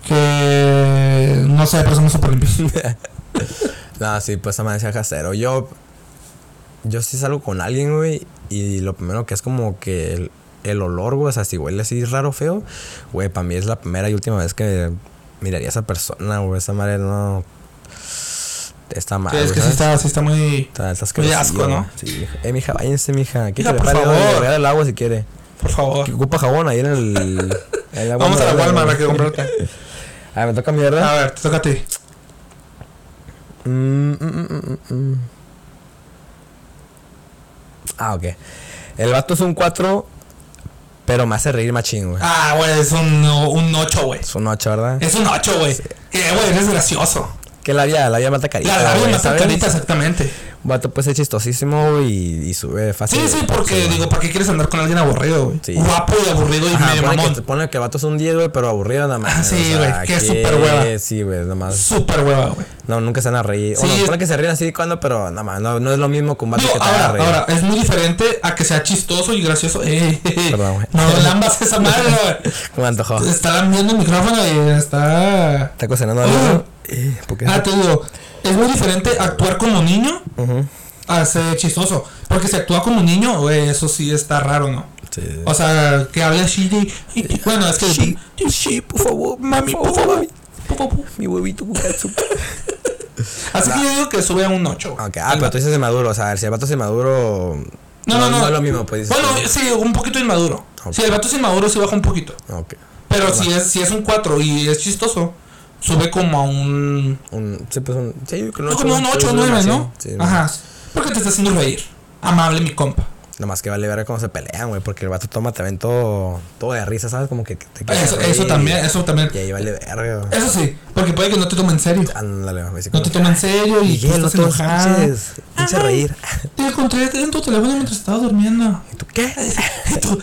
Speaker 1: que. no sé, pero somos súper limpios.
Speaker 2: No, sí, pues esa madre se deja cero. Yo. Yo sí salgo con alguien, güey, y lo primero que es como que el, el olor, güey, o sea, si huele así raro, feo, güey, para mí es la primera y última vez que miraría a esa persona, güey, esa madre no. Está mal.
Speaker 1: Sí, es
Speaker 2: güey,
Speaker 1: que sí
Speaker 2: ¿sabes?
Speaker 1: está, sí está muy.
Speaker 2: Está- está
Speaker 1: Qué
Speaker 2: asquerosillo,
Speaker 1: asco, ¿no?
Speaker 2: güey. Sí, eh, mija, váyanse, mija. Aquí
Speaker 1: Mija,
Speaker 2: se le
Speaker 1: por
Speaker 2: para
Speaker 1: favor.
Speaker 2: le regala el agua si quiere.
Speaker 1: Por favor.
Speaker 2: Que ocupa jabón ahí en el. en la
Speaker 1: Vamos a la
Speaker 2: Walmart,
Speaker 1: Walmart
Speaker 2: güey.
Speaker 1: a que comprarte. Ah,
Speaker 2: A ver, me toca mierda.
Speaker 1: A ver, te toca a ti.
Speaker 2: Mm, mm, mm, mm, mm. Ah, ok. El vato es un 4, pero me hace reír machín, güey.
Speaker 1: Ah, güey, es un, un 8, güey.
Speaker 2: Es un 8, ¿verdad?
Speaker 1: Es un 8, güey. Que, güey, eres gracioso.
Speaker 2: Que la labia, la labia mata carita.
Speaker 1: La labia
Speaker 2: güey,
Speaker 1: más
Speaker 2: ¿sabes?
Speaker 1: carita, exactamente.
Speaker 2: Vato pues es chistosísimo güey, y, y sube fácil.
Speaker 1: Sí, sí, porque
Speaker 2: Sí,
Speaker 1: digo, ¿para qué quieres andar con alguien aburrido, güey?
Speaker 2: Sí.
Speaker 1: Guapo y aburrido y
Speaker 2: Ajá,
Speaker 1: medio
Speaker 2: ponle
Speaker 1: mamón.
Speaker 2: que, ponle que el vato es un 10, güey, pero aburrido nada más.
Speaker 1: Ah, sí, güey, que es
Speaker 2: que-
Speaker 1: súper hueva.
Speaker 2: Sí, güey, nada más.
Speaker 1: Súper hueva, güey.
Speaker 2: No, nunca se van a reír.
Speaker 1: Sí,
Speaker 2: Bueno,
Speaker 1: es-
Speaker 2: ponle que se ríen así cuando, pero nada más. No, no es lo mismo con vato
Speaker 1: Digo,
Speaker 2: que te van
Speaker 1: ahora,
Speaker 2: a reír.
Speaker 1: ahora, es muy diferente a que sea chistoso y gracioso. Eh,
Speaker 2: Perdón, güey. Ah.
Speaker 1: no lambas esa madre, güey.
Speaker 2: Me antojó.
Speaker 1: Está lambiendo el micrófono y está...
Speaker 2: Está cocinando
Speaker 1: Uh.
Speaker 2: algo. Eh, ¿Por qué?
Speaker 1: Ah, te digo, es muy diferente actuar como niño
Speaker 2: Ujú.
Speaker 1: a ser chistoso. Porque si actúa como niño, güey, eso sí está raro, ¿no?
Speaker 2: Sí.
Speaker 1: O sea, que hable así de. Bueno, es que.
Speaker 2: Sí, sí, por favor, mami, por favor.
Speaker 1: Pu, pu, pu.
Speaker 2: Mi huevito con catsup.
Speaker 1: Así
Speaker 2: Nah.
Speaker 1: que yo digo que sube a un 8.
Speaker 2: Ok, Ah, pero tú dices de maduro, o sea, si el vato es de maduro.
Speaker 1: No, no, no.
Speaker 2: es lo mismo, pues. dices
Speaker 1: Bueno,
Speaker 2: tú.
Speaker 1: sí, un poquito inmaduro.
Speaker 2: Ok.
Speaker 1: Si el vato es inmaduro, sí baja un poquito.
Speaker 2: Ok.
Speaker 1: Pero si es, si es un 4 y es chistoso, sube como a un.
Speaker 2: Un, sí, pues un. Sí, yo creo que
Speaker 1: No, como un 8 o
Speaker 2: sí,
Speaker 1: 9,
Speaker 2: sí,
Speaker 1: ¿no?
Speaker 2: Sí,
Speaker 1: Ajá. Porque te está haciendo reír. Amable, mi compa.
Speaker 2: Nada más que vale ver cómo se pelean, güey, porque el vato toma también todo, todo de risa, ¿sabes? Como que te quiere
Speaker 1: Eso,
Speaker 2: reír
Speaker 1: eso también, eso también.
Speaker 2: Y ahí vale verga. güey.
Speaker 1: Eso sí, porque puede que no te tome en serio.
Speaker 2: Ándale, güey. así
Speaker 1: No
Speaker 2: como
Speaker 1: te
Speaker 2: que, "Ah,
Speaker 1: toma en serio y tú
Speaker 2: Miguel, no
Speaker 1: estás
Speaker 2: te
Speaker 1: enojado.
Speaker 2: pinches, pinche
Speaker 1: Ajá. Ah,
Speaker 2: reír.
Speaker 1: Te encontré en tu teléfono mientras estaba durmiendo.
Speaker 2: ¿Y tú qué?
Speaker 1: Y tú,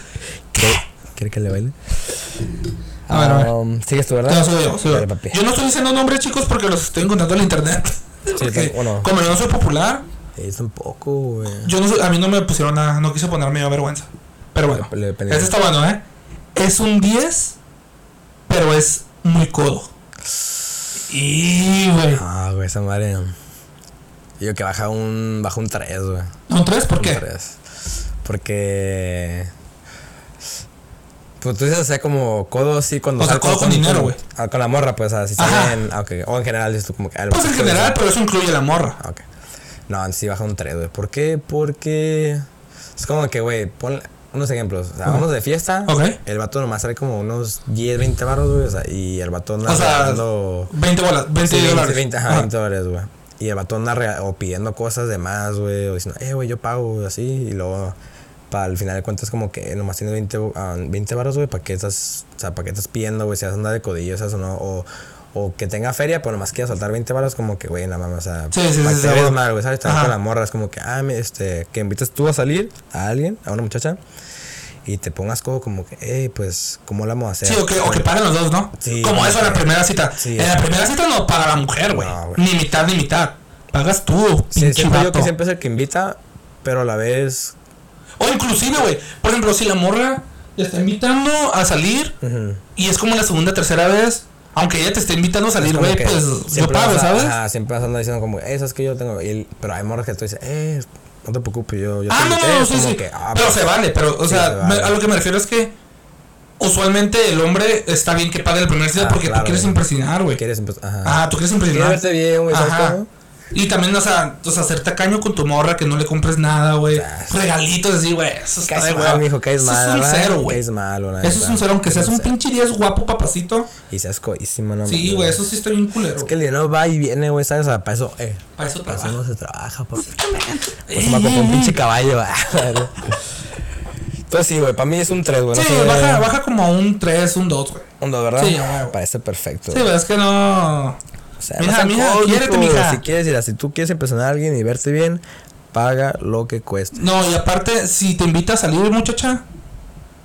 Speaker 2: ¿Quiere- ¿Quiere que le baile?
Speaker 1: A ver, a ver.
Speaker 2: Um, ¿Sigues tú, verdad?
Speaker 1: No, soy yo, soy yo.
Speaker 2: Dale, papi.
Speaker 1: Yo no estoy diciendo nombres, chicos, porque los estoy encontrando en la internet. Porque
Speaker 2: bueno.
Speaker 1: Como yo no soy popular,
Speaker 2: Eh, tampoco, güey.
Speaker 1: yo no soy- a mí no me pusieron nada, no quise ponerme yo vergüenza. Pero bueno,
Speaker 2: Le- le- le-
Speaker 1: ese está bueno, ¿eh? Es un 10, pero es muy codo. Y, güey.
Speaker 2: Ah, güey, esa madre. Yo que baja un. Baja un 3, güey.
Speaker 1: ¿Un 3? ¿Por
Speaker 2: Un
Speaker 1: qué?
Speaker 2: tres. Porque. Pues tú dices, o sea, como codo, sí, cuando.
Speaker 1: O sea,
Speaker 2: sal-
Speaker 1: codo con dinero, güey.
Speaker 2: ah, Con la morra, pues, así
Speaker 1: Ajá.
Speaker 2: salen. ah, ok. O en general, dices tú como que. ah, el-
Speaker 1: Pues en general, pero eso incluye la morra.
Speaker 2: Ah, Ok. No, en sí baja un 3, güey. ¿Por qué? Porque. Es como que, güey, pon unos ejemplos. O sea,
Speaker 1: Ajá.
Speaker 2: vamos de fiesta.
Speaker 1: Ok.
Speaker 2: El vato nomás sale como unos 10, 20 barros, güey. O sea, y el vato anda
Speaker 1: O sea,
Speaker 2: regalando-
Speaker 1: 20 bolas, 20
Speaker 2: Sí, 20,
Speaker 1: dólares.
Speaker 2: 20, ajá,
Speaker 1: Ajá.
Speaker 2: 20 dólares, güey. Y el vato anda rega- o pidiendo cosas de más, güey, o diciendo, eh, güey, yo pago, güey, así. Y luego, para el final de cuentas, como que nomás tiene 20, bo- ah, 20 baros, güey, ¿para qué estás, o sea, para qué estás pidiendo, güey? Si vas a andar de codillo, esas o no. O, o que tenga feria, pero nomás quiera soltar 20 baros, como que, güey, nada más, o sea,
Speaker 1: Sí, sí, sí,
Speaker 2: ¿para
Speaker 1: sí,
Speaker 2: qué
Speaker 1: sí,
Speaker 2: ves
Speaker 1: güey.
Speaker 2: mal, güey? ¿Sabes? También
Speaker 1: Ajá.
Speaker 2: con la morra, es como que, ah, me- este, que invitas tú a salir a alguien, a una muchacha, y te pongas como, como que, eh, pues, ¿cómo la vamos a hacer?
Speaker 1: Sí, o que, o que paguen los dos, ¿no?
Speaker 2: eh, Sí.
Speaker 1: Como eso en la primera cita.
Speaker 2: Sí.
Speaker 1: en la primera cita no paga la mujer, güey.
Speaker 2: No, güey.
Speaker 1: ni mitad, ni mitad. Pagas tú,
Speaker 2: Sí,
Speaker 1: pinche
Speaker 2: siempre yo
Speaker 1: vato.
Speaker 2: que siempre es el que invita, pero a la vez.
Speaker 1: O inclusive, güey. Por ejemplo, si la morra te está invitando a salir
Speaker 2: ujú,
Speaker 1: y es como la segunda, tercera vez, aunque ella te esté invitando a
Speaker 2: es
Speaker 1: salir,
Speaker 2: como
Speaker 1: güey,
Speaker 2: que
Speaker 1: pues yo
Speaker 2: siempre
Speaker 1: pago,
Speaker 2: vas a-
Speaker 1: ¿sabes?
Speaker 2: ajá, siempre vas a andar diciendo como, eso es que yo tengo. y- pero hay morras que tú dices, eh, no te preocupes, yo, yo
Speaker 1: Ah,
Speaker 2: te
Speaker 1: no,
Speaker 2: invité",
Speaker 1: no, no,
Speaker 2: es
Speaker 1: sí,
Speaker 2: como
Speaker 1: sí.
Speaker 2: que, ah,
Speaker 1: pero
Speaker 2: pues,
Speaker 1: se vale, pero, o
Speaker 2: Sí,
Speaker 1: sea,
Speaker 2: se vale.
Speaker 1: me- a lo que me refiero es que usualmente el hombre está bien que pague la primera cita
Speaker 2: Ah,
Speaker 1: porque
Speaker 2: claro,
Speaker 1: tú quieres
Speaker 2: güey.
Speaker 1: impresionar, güey.
Speaker 2: quieres empezar. Ajá.
Speaker 1: Ah, tú quieres
Speaker 2: Quiero
Speaker 1: impresionar.
Speaker 2: verte bien, güey, ¿sabes
Speaker 1: Ajá.
Speaker 2: cómo?
Speaker 1: Y también, o sea, o sea, hacer tacaño con tu morra que no le compres nada, güey.
Speaker 2: Ah, sí.
Speaker 1: Regalitos así, güey. Eso está de
Speaker 2: Caes
Speaker 1: hueva.
Speaker 2: mal, mijo, caes
Speaker 1: Eso
Speaker 2: mal.
Speaker 1: es un
Speaker 2: ¿verdad?
Speaker 1: cero, güey.
Speaker 2: Caes mal, la
Speaker 1: Eso es
Speaker 2: neta.
Speaker 1: un cero, aunque seas un
Speaker 2: Caes mal.
Speaker 1: pinche 10 guapo, papacito.
Speaker 2: Y seas coísimo, no
Speaker 1: Sí,
Speaker 2: mames,
Speaker 1: güey, eso sí está bien culero.
Speaker 2: Es que el dinero va y viene, güey, ¿sabes? O sea, para eso, eh.
Speaker 1: Para eso
Speaker 2: Para eso
Speaker 1: trabaja.
Speaker 2: no se trabaja, papi.
Speaker 1: Eh,
Speaker 2: Pues me compró un pinche caballo, va. Entonces sí, güey, para mí es un 3, güey. no
Speaker 1: Sí,
Speaker 2: sé,
Speaker 1: baja, baja como a un 3, un 2, güey.
Speaker 2: Un 2, ¿verdad?
Speaker 1: Sí, güey.
Speaker 2: Parece perfecto.
Speaker 1: Sí, pero es que no.
Speaker 2: O sea,
Speaker 1: Mija,
Speaker 2: no sean
Speaker 1: mija,
Speaker 2: cómicos,
Speaker 1: quiérete, mija.
Speaker 2: Si quieres ir a- si tú quieres impresionar a alguien y verte bien, paga lo que cueste.
Speaker 1: No, y aparte, si te invita a salir, muchacha,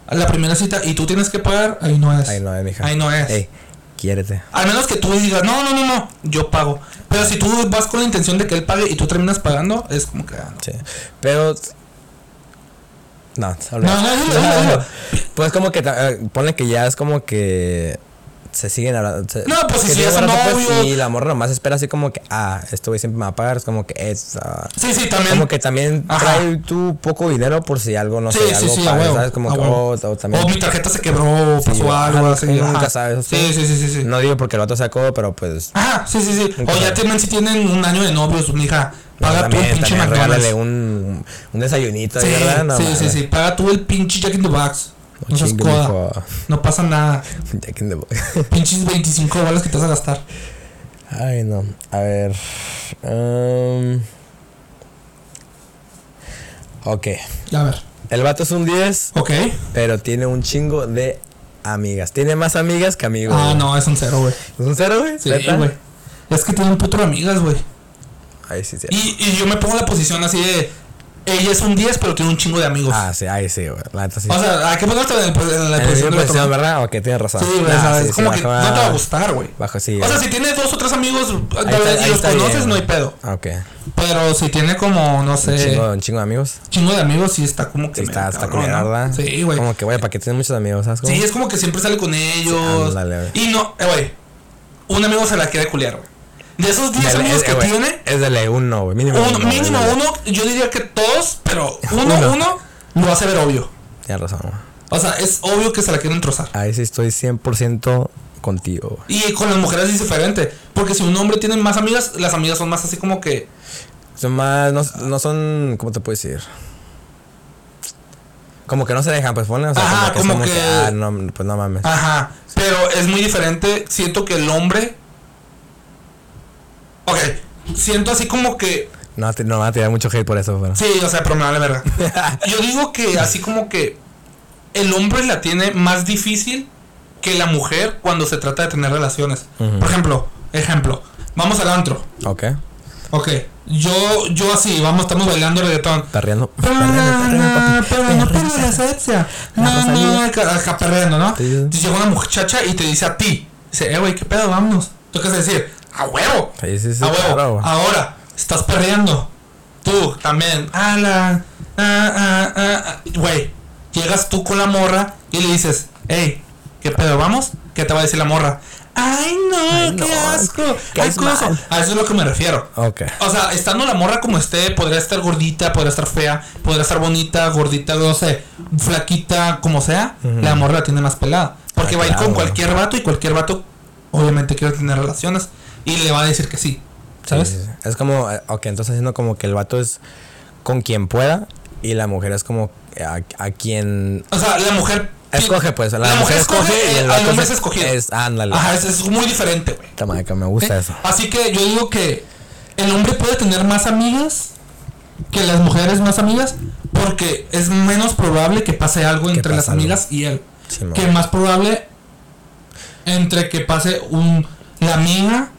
Speaker 1: a la primera cita y tú tienes que pagar, ahí no es.
Speaker 2: Ahí no es, mija.
Speaker 1: Ahí no es.
Speaker 2: Ey, quiérete.
Speaker 1: Al menos que tú digas, no, no, no, no, yo pago. Pero si tú vas con la intención de que él pague y tú terminas pagando, es como que. ah, no.
Speaker 2: Sí. Pero. No,
Speaker 1: No, no, dilo, dilo, dilo.
Speaker 2: Pues como que. ta- eh, Ponle que ya es como que. Se siguen hablando. se-
Speaker 1: No, pues,
Speaker 2: que
Speaker 1: si
Speaker 2: siguen
Speaker 1: ya son
Speaker 2: hablando, pues,
Speaker 1: novios.
Speaker 2: Y la morra nomás espera así como que. Ah, este güey siempre me va a pagar. Es como que. Es, ah,
Speaker 1: Sí, sí, también.
Speaker 2: Como que también
Speaker 1: Ajá.
Speaker 2: trae tú poco dinero por si algo no
Speaker 1: Sí, sí,
Speaker 2: sé, algo
Speaker 1: sí, a
Speaker 2: pagas,
Speaker 1: huevo,
Speaker 2: ¿sabes? Como
Speaker 1: a
Speaker 2: que,
Speaker 1: huevo.
Speaker 2: oh, o también
Speaker 1: O mi tarjeta se quebró, pasó
Speaker 2: ajá,
Speaker 1: algo, así.
Speaker 2: uno
Speaker 1: ajá.
Speaker 2: nunca sabe, eso
Speaker 1: Sí, sí,
Speaker 2: sí.
Speaker 1: sí, sí. sí.
Speaker 2: No digo porque el vato sacó, pero pues.
Speaker 1: Ajá, sí, sí, sí.
Speaker 2: Nunca
Speaker 1: o ya
Speaker 2: sabe.
Speaker 1: tienen, si tienen un año de novios, mija, paga tú el
Speaker 2: también,
Speaker 1: pinche
Speaker 2: también regálale
Speaker 1: McDonald's.
Speaker 2: un, un desayunito,
Speaker 1: Sí,
Speaker 2: ¿verdad? No
Speaker 1: sí,
Speaker 2: mames.
Speaker 1: sí, sí, paga tú el pinche Jack in the Box. No seas
Speaker 2: Chingue,
Speaker 1: coda.
Speaker 2: mijo.
Speaker 1: No pasa nada.
Speaker 2: Jack in the box.
Speaker 1: Pinches 25 balas que te vas a gastar.
Speaker 2: Ay, no. A ver. em, ok.
Speaker 1: A ver.
Speaker 2: El vato es un 10,
Speaker 1: Ok.
Speaker 2: pero tiene un chingo de amigas. Tiene más amigas que amigos.
Speaker 1: Ah,
Speaker 2: güey.
Speaker 1: no, es un cero, güey.
Speaker 2: ¿Es un cero, güey?
Speaker 1: Sí,
Speaker 2: ¿Neta?
Speaker 1: güey. Es que tiene un puto de amigas, güey.
Speaker 2: Ahí sí, sí.
Speaker 1: Y, y yo me pongo en la posición así de. Ella es un 10, pero tiene un chingo de amigos.
Speaker 2: Ah, sí, ahí sí, güey. La neta sí.
Speaker 1: pues, O sea, ¿a qué ponerte en, el- en la
Speaker 2: En la
Speaker 1: posición de
Speaker 2: posición, ¿verdad? Ok, tienes razón.
Speaker 1: Sí, güey,
Speaker 2: Nah,
Speaker 1: o sea,
Speaker 2: sí,
Speaker 1: es
Speaker 2: sí,
Speaker 1: como que
Speaker 2: baja,
Speaker 1: no te va a
Speaker 2: baja.
Speaker 1: gustar, güey.
Speaker 2: Bajo, sí.
Speaker 1: O sea, si tienes dos o tres amigos tal
Speaker 2: está-
Speaker 1: vez, y
Speaker 2: ahí
Speaker 1: los
Speaker 2: está
Speaker 1: conoces,
Speaker 2: bien.
Speaker 1: no hay pedo.
Speaker 2: Ok.
Speaker 1: Pero si tiene como, no
Speaker 2: Un
Speaker 1: sé,
Speaker 2: chingo,
Speaker 1: chingo,
Speaker 2: un chingo de amigos.
Speaker 1: de amigos, sí está como que.
Speaker 2: Sí, está,
Speaker 1: medio
Speaker 2: está
Speaker 1: cabrón,
Speaker 2: culera,
Speaker 1: ¿no?
Speaker 2: ¿verdad?
Speaker 1: Sí, güey.
Speaker 2: Como que, güey, para que tienes muchos amigos, ¿sabes?
Speaker 1: Sí, es como que siempre sale con ellos.
Speaker 2: Sí, ándale,
Speaker 1: y no, eh, güey. Un amigo se la quiere culiar, güey. De esos 10 amigos que tiene,
Speaker 2: Es de ley uno, eh, güey. Mínimo
Speaker 1: uno,
Speaker 2: güey,
Speaker 1: mínimo
Speaker 2: dale.
Speaker 1: uno, yo diría que todos, pero uno,
Speaker 2: Uno.
Speaker 1: uno, lo hace ver obvio.
Speaker 2: Tienes razón, güey.
Speaker 1: O sea, es obvio que se la quieren trozar.
Speaker 2: Ahí sí estoy 100% contigo, güey.
Speaker 1: Y con las mujeres es diferente. Porque si un hombre tiene más amigas, las amigas son más así como que.
Speaker 2: Son más, no, no son, ¿cómo te puedo decir? Como que no se dejan, pues ponen, o sea,
Speaker 1: Ajá,
Speaker 2: son
Speaker 1: como que-
Speaker 2: ah, no, pues no mames.
Speaker 1: Ajá. Pero es muy diferente. Siento que el hombre. Ok. Siento así como que.
Speaker 2: No, te- no van a tirar mucho hate por eso, pero.
Speaker 1: Sí, o sea, pero me vale verga. Yo digo que así como que. El hombre la tiene más difícil que la mujer cuando se trata de tener relaciones.
Speaker 2: Ujú.
Speaker 1: Por ejemplo, ejemplo. Vamos al antro.
Speaker 2: Ok,
Speaker 1: Ok. Yo, yo así, vamos, estamos bailando reggaetón.
Speaker 2: perreando.
Speaker 1: Perreando, perreando, la esencia.
Speaker 2: La
Speaker 1: No, no,
Speaker 2: Rosalía.
Speaker 1: acá acá perreando, ¿no?
Speaker 2: Sí, sí.
Speaker 1: Y Llega una muchacha y te dice a ti. Dice, eh, güey, ¿qué pedo? Vámonos. Tú qué vas a decir, a huevo.
Speaker 2: Sí, sí, sí,
Speaker 1: a Ah, huevo.
Speaker 2: claro, güey.
Speaker 1: Ahora, estás perreando. Tú también. A la. ah, ah, ah, ah. Güey, llegas tú con la morra y le dices, hey, ¿qué pedo? ¿Vamos? ¿Qué te va a decir la morra? Ay, no,
Speaker 2: Ay,
Speaker 1: qué
Speaker 2: no,
Speaker 1: asco.
Speaker 2: caes
Speaker 1: asco eso.
Speaker 2: mal.
Speaker 1: A eso es lo que me refiero.
Speaker 2: Ok.
Speaker 1: O sea, estando la morra como esté, podría estar gordita, podría estar fea, podría estar bonita, gordita, no sé, flaquita, como sea, la morra la tiene más pelada. Porque
Speaker 2: Ah,
Speaker 1: va a ir
Speaker 2: claro.
Speaker 1: con cualquier vato y cualquier vato obviamente quiere tener relaciones y le va a decir que sí, ¿sabes?
Speaker 2: Sí, sí, sí. Es como, eh, ok, entonces haciendo como que el vato es con quien pueda y la mujer es como eh, a, a quien
Speaker 1: O sea, la mujer...
Speaker 2: escoge, pues. La, mujer, escoge, y el
Speaker 1: el,
Speaker 2: vato
Speaker 1: al hombre
Speaker 2: es-
Speaker 1: es escogido.
Speaker 2: Es, ándale.
Speaker 1: Ajá, es, es muy diferente, güey.
Speaker 2: Esta madre que me gusta
Speaker 1: ¿Eh?
Speaker 2: eso.
Speaker 1: Así que yo digo que el hombre puede tener más amigas que las mujeres más amigas porque es menos probable que pase algo entre las
Speaker 2: pase algo.
Speaker 1: amigas y él.
Speaker 2: Sí,
Speaker 1: que
Speaker 2: mo-
Speaker 1: más probable entre que pase un la amiga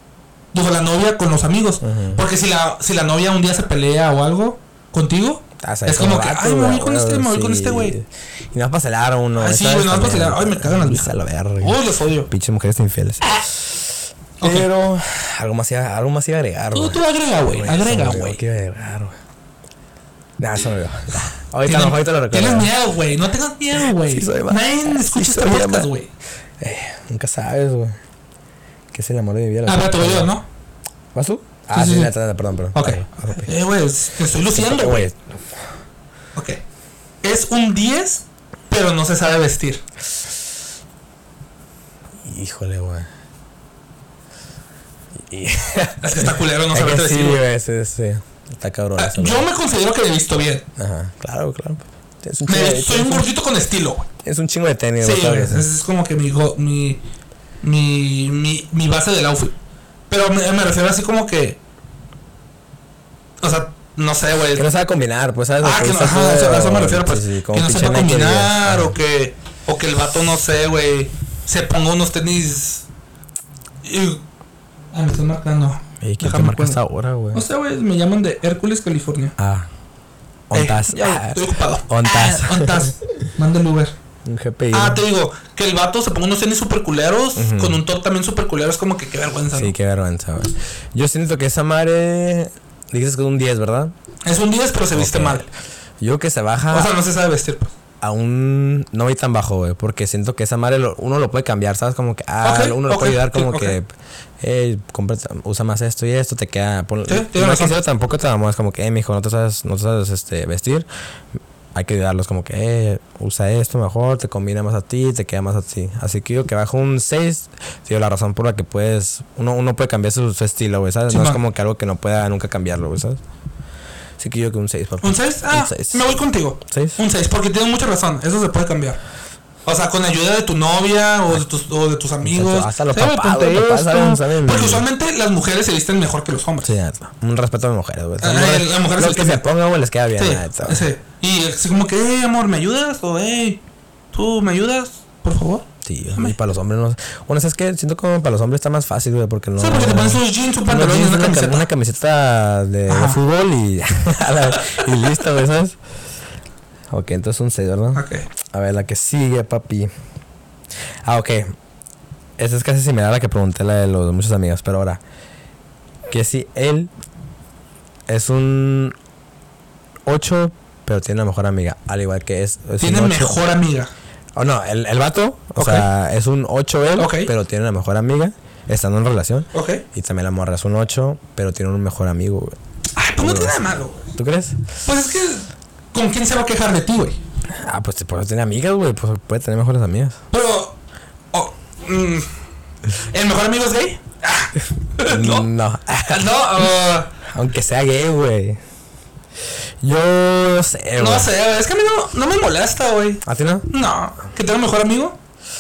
Speaker 1: o sea, la novia con los amigos.
Speaker 2: Ujú.
Speaker 1: Porque si la, si la novia un día se pelea o algo contigo,
Speaker 2: Ah, se
Speaker 1: es
Speaker 2: ve
Speaker 1: como que,
Speaker 2: vato,
Speaker 1: ay, me voy
Speaker 2: güey,
Speaker 1: con este, me voy con
Speaker 2: sí.
Speaker 1: este güey.
Speaker 2: Y no vas a celar a uno.
Speaker 1: Ay, sí,
Speaker 2: ¿sabes?
Speaker 1: güey, nomás para
Speaker 2: También,
Speaker 1: celar. Ay, me cagan las viejas.
Speaker 2: A la verga.
Speaker 1: Uy, los odio.
Speaker 2: Pinches mujeres infieles.
Speaker 1: Ok.
Speaker 2: Pero algo más iba, algo más iba a agregar,
Speaker 1: Tú,
Speaker 2: güey.
Speaker 1: tú agrega, güey.
Speaker 2: Güey, se me
Speaker 1: Agrega,
Speaker 2: olvidó
Speaker 1: güey.
Speaker 2: que iba a agregar, güey. Nah, eso me olvidó. Ahorita,
Speaker 1: Tienes-
Speaker 2: lo, ahorita lo recuerdo.
Speaker 1: Tienes miedo, güey. No tengas miedo, güey.
Speaker 2: Sí soy, va.
Speaker 1: Nadie
Speaker 2: Sí
Speaker 1: escucha este
Speaker 2: soy,
Speaker 1: podcast,
Speaker 2: va.
Speaker 1: güey.
Speaker 2: Eh, nunca sabes, güey. ¿Qué es el amor de mi vida? La
Speaker 1: Ah, pero
Speaker 2: gente-
Speaker 1: te voy yo, ¿no?
Speaker 2: ¿Vas tú? Ah,
Speaker 1: sí,
Speaker 2: sí,
Speaker 1: sí.
Speaker 2: la tanda, perdón, perdón.
Speaker 1: Ok.
Speaker 2: Ay, ok.
Speaker 1: Eh, güey, es- te estoy luciendo, güey. Ok. Es un 10, pero no se sabe vestir.
Speaker 2: Híjole, güey. Y-
Speaker 1: Es que está culero no
Speaker 2: Es
Speaker 1: saber
Speaker 2: que sí,
Speaker 1: vestir. güey.
Speaker 2: güey, sí, sí. Está cabrón
Speaker 1: Ah,
Speaker 2: eso,
Speaker 1: Yo
Speaker 2: güey.
Speaker 1: me considero que me he visto bien.
Speaker 2: Ajá, claro, claro. Es un,
Speaker 1: Me-
Speaker 2: chingo de,
Speaker 1: soy un
Speaker 2: tienes un-
Speaker 1: gordito con estilo, güey.
Speaker 2: tienes un chingo de tenis, güey,
Speaker 1: Sí,
Speaker 2: claro
Speaker 1: güey.
Speaker 2: que
Speaker 1: Es,
Speaker 2: sí.
Speaker 1: es como que mi, go- mi, mi, mi, mi base del outfit. Pero me, me refiero así como que. O sea, no sé, güey.
Speaker 2: Que no sabe combinar, pues, ¿sabes?
Speaker 1: Ah,
Speaker 2: Lo
Speaker 1: que no,
Speaker 2: usas
Speaker 1: ajá,
Speaker 2: tú,
Speaker 1: o sea, a eso me
Speaker 2: o-
Speaker 1: refiero, pues.
Speaker 2: sí, sí, como
Speaker 1: que no
Speaker 2: pinche
Speaker 1: sepa
Speaker 2: Nike, güey.
Speaker 1: combinar,
Speaker 2: Ajá.
Speaker 1: o que, o que el vato, no sé, güey, se ponga unos tenis. y- Ah, me están marcando.
Speaker 2: Ey, ¿quién te
Speaker 1: Déjame
Speaker 2: marca
Speaker 1: acuerdo.
Speaker 2: esta hora, güey?
Speaker 1: No sé, güey, me llaman de Hércules, California.
Speaker 2: Ah. Ontas.
Speaker 1: Eh, ya, güey,
Speaker 2: Ah,
Speaker 1: estoy ocupado.
Speaker 2: Ontas.
Speaker 1: Ah, ontas. Manda el Uber.
Speaker 2: Un GPI.
Speaker 1: Ah, te digo, que el vato se ponga unos tenis super culeros,
Speaker 2: Ujú.
Speaker 1: con un top también super culero, es como que qué vergüenza.
Speaker 2: Sí,
Speaker 1: ¿no?
Speaker 2: qué vergüenza, güey. Yo siento que esa madre. Dices que es un 10, ¿verdad?
Speaker 1: Es un 10, pero se viste
Speaker 2: Ok.
Speaker 1: mal.
Speaker 2: Yo que se baja
Speaker 1: O sea, no se sabe vestir, pues.
Speaker 2: a un. No voy tan bajo, güey. Porque siento que esa madre lo- uno lo puede cambiar, ¿sabes? Como que. Ah,
Speaker 1: Ok,
Speaker 2: uno lo puede
Speaker 1: ok,
Speaker 2: ayudar, como
Speaker 1: ok.
Speaker 2: que. Eh, compra- usa más esto y esto, te queda. pon-
Speaker 1: Sí, tienes
Speaker 2: no es
Speaker 1: razón.
Speaker 2: sincero, tampoco te damos como que, eh, mijo, no te sabes, no te sabes este, vestir. Hay que ayudarlos, como que, eh, usa esto mejor, te combina más a ti, te queda más a ti. Así que yo que bajo un 6, digo, la razón por la que puedes. Uno, uno puede cambiar su, su estilo, güey, ¿sabes?
Speaker 1: Sí,
Speaker 2: no es
Speaker 1: man.
Speaker 2: como que algo que no pueda nunca cambiarlo, güey, ¿sabes? Así que yo que un 6, papá.
Speaker 1: ¿Un 6? Ah,
Speaker 2: Un seis.
Speaker 1: me voy contigo.
Speaker 2: ¿Seis?
Speaker 1: Un 6, porque tienes mucha razón, eso se puede cambiar. O sea, con ayuda de tu novia o de tus, o de tus amigos.
Speaker 2: Hasta los
Speaker 1: Sí, güey,
Speaker 2: papás,
Speaker 1: ponte
Speaker 2: güey, papás
Speaker 1: esto.
Speaker 2: saben- saben-
Speaker 1: Porque usualmente las mujeres se visten mejor que los hombres.
Speaker 2: Sí, la neta. un respeto a las mujeres, güey.
Speaker 1: Ah, eh, las mujeres
Speaker 2: lo
Speaker 1: sí
Speaker 2: que
Speaker 1: tienen.
Speaker 2: se ponga, güey, les queda bien,
Speaker 1: Sí,
Speaker 2: la neta, güey.
Speaker 1: sí. Y así como que, hey, amor, ¿me ayudas? O, hey, ¿tú me ayudas? Por favor.
Speaker 2: Sí, güey, y para los hombres no. Bueno, ¿sabes qué? Siento como para los hores está más fácil, güey, porque no.
Speaker 1: O sea, porque te pones unos jeans, un
Speaker 2: unos
Speaker 1: pantalón y
Speaker 2: jeans,
Speaker 1: una
Speaker 2: una, cam-
Speaker 1: camiseta.
Speaker 2: una camiseta de, de
Speaker 1: Ajá.
Speaker 2: fútbol y, a la- y listo, güey, ¿sabes? Ok, entonces un 6, ¿verdad?
Speaker 1: Ok.
Speaker 2: A ver, la que sigue, papi. Ah, ok. Esta es casi similar a la que pregunté, la de los muchos amigos, pero ahora. Que si él es un 8, pero tiene la mejor amiga, al igual que es. es
Speaker 1: Tiene
Speaker 2: un ocho.
Speaker 1: mejor amiga.
Speaker 2: Oh, no, el, el vato, o
Speaker 1: Ok.
Speaker 2: sea, es un 8 él,
Speaker 1: Ok.
Speaker 2: pero tiene la mejor amiga, estando en relación.
Speaker 1: Ok.
Speaker 2: Y también la morra es un 8, pero tiene un mejor amigo, güey.
Speaker 1: Ay, pues no tiene nada de malo, güey.
Speaker 2: ¿Tú crees?
Speaker 1: Pues es que, ¿con quién se va a quejar de ti, güey?
Speaker 2: Ah, pues por eso tiene amigas, güey. Pues puede tener mejores amigas.
Speaker 1: Pero. oh, mm, ¿El mejor amigo es gay? no. No.
Speaker 2: No.
Speaker 1: ah,
Speaker 2: Aunque sea gay, güey. Yo no sé,
Speaker 1: no
Speaker 2: Eh, güey.
Speaker 1: sé, es que a mí no, no me molesta, güey.
Speaker 2: ¿A ti no?
Speaker 1: No. ¿Que tenga mejor amigo?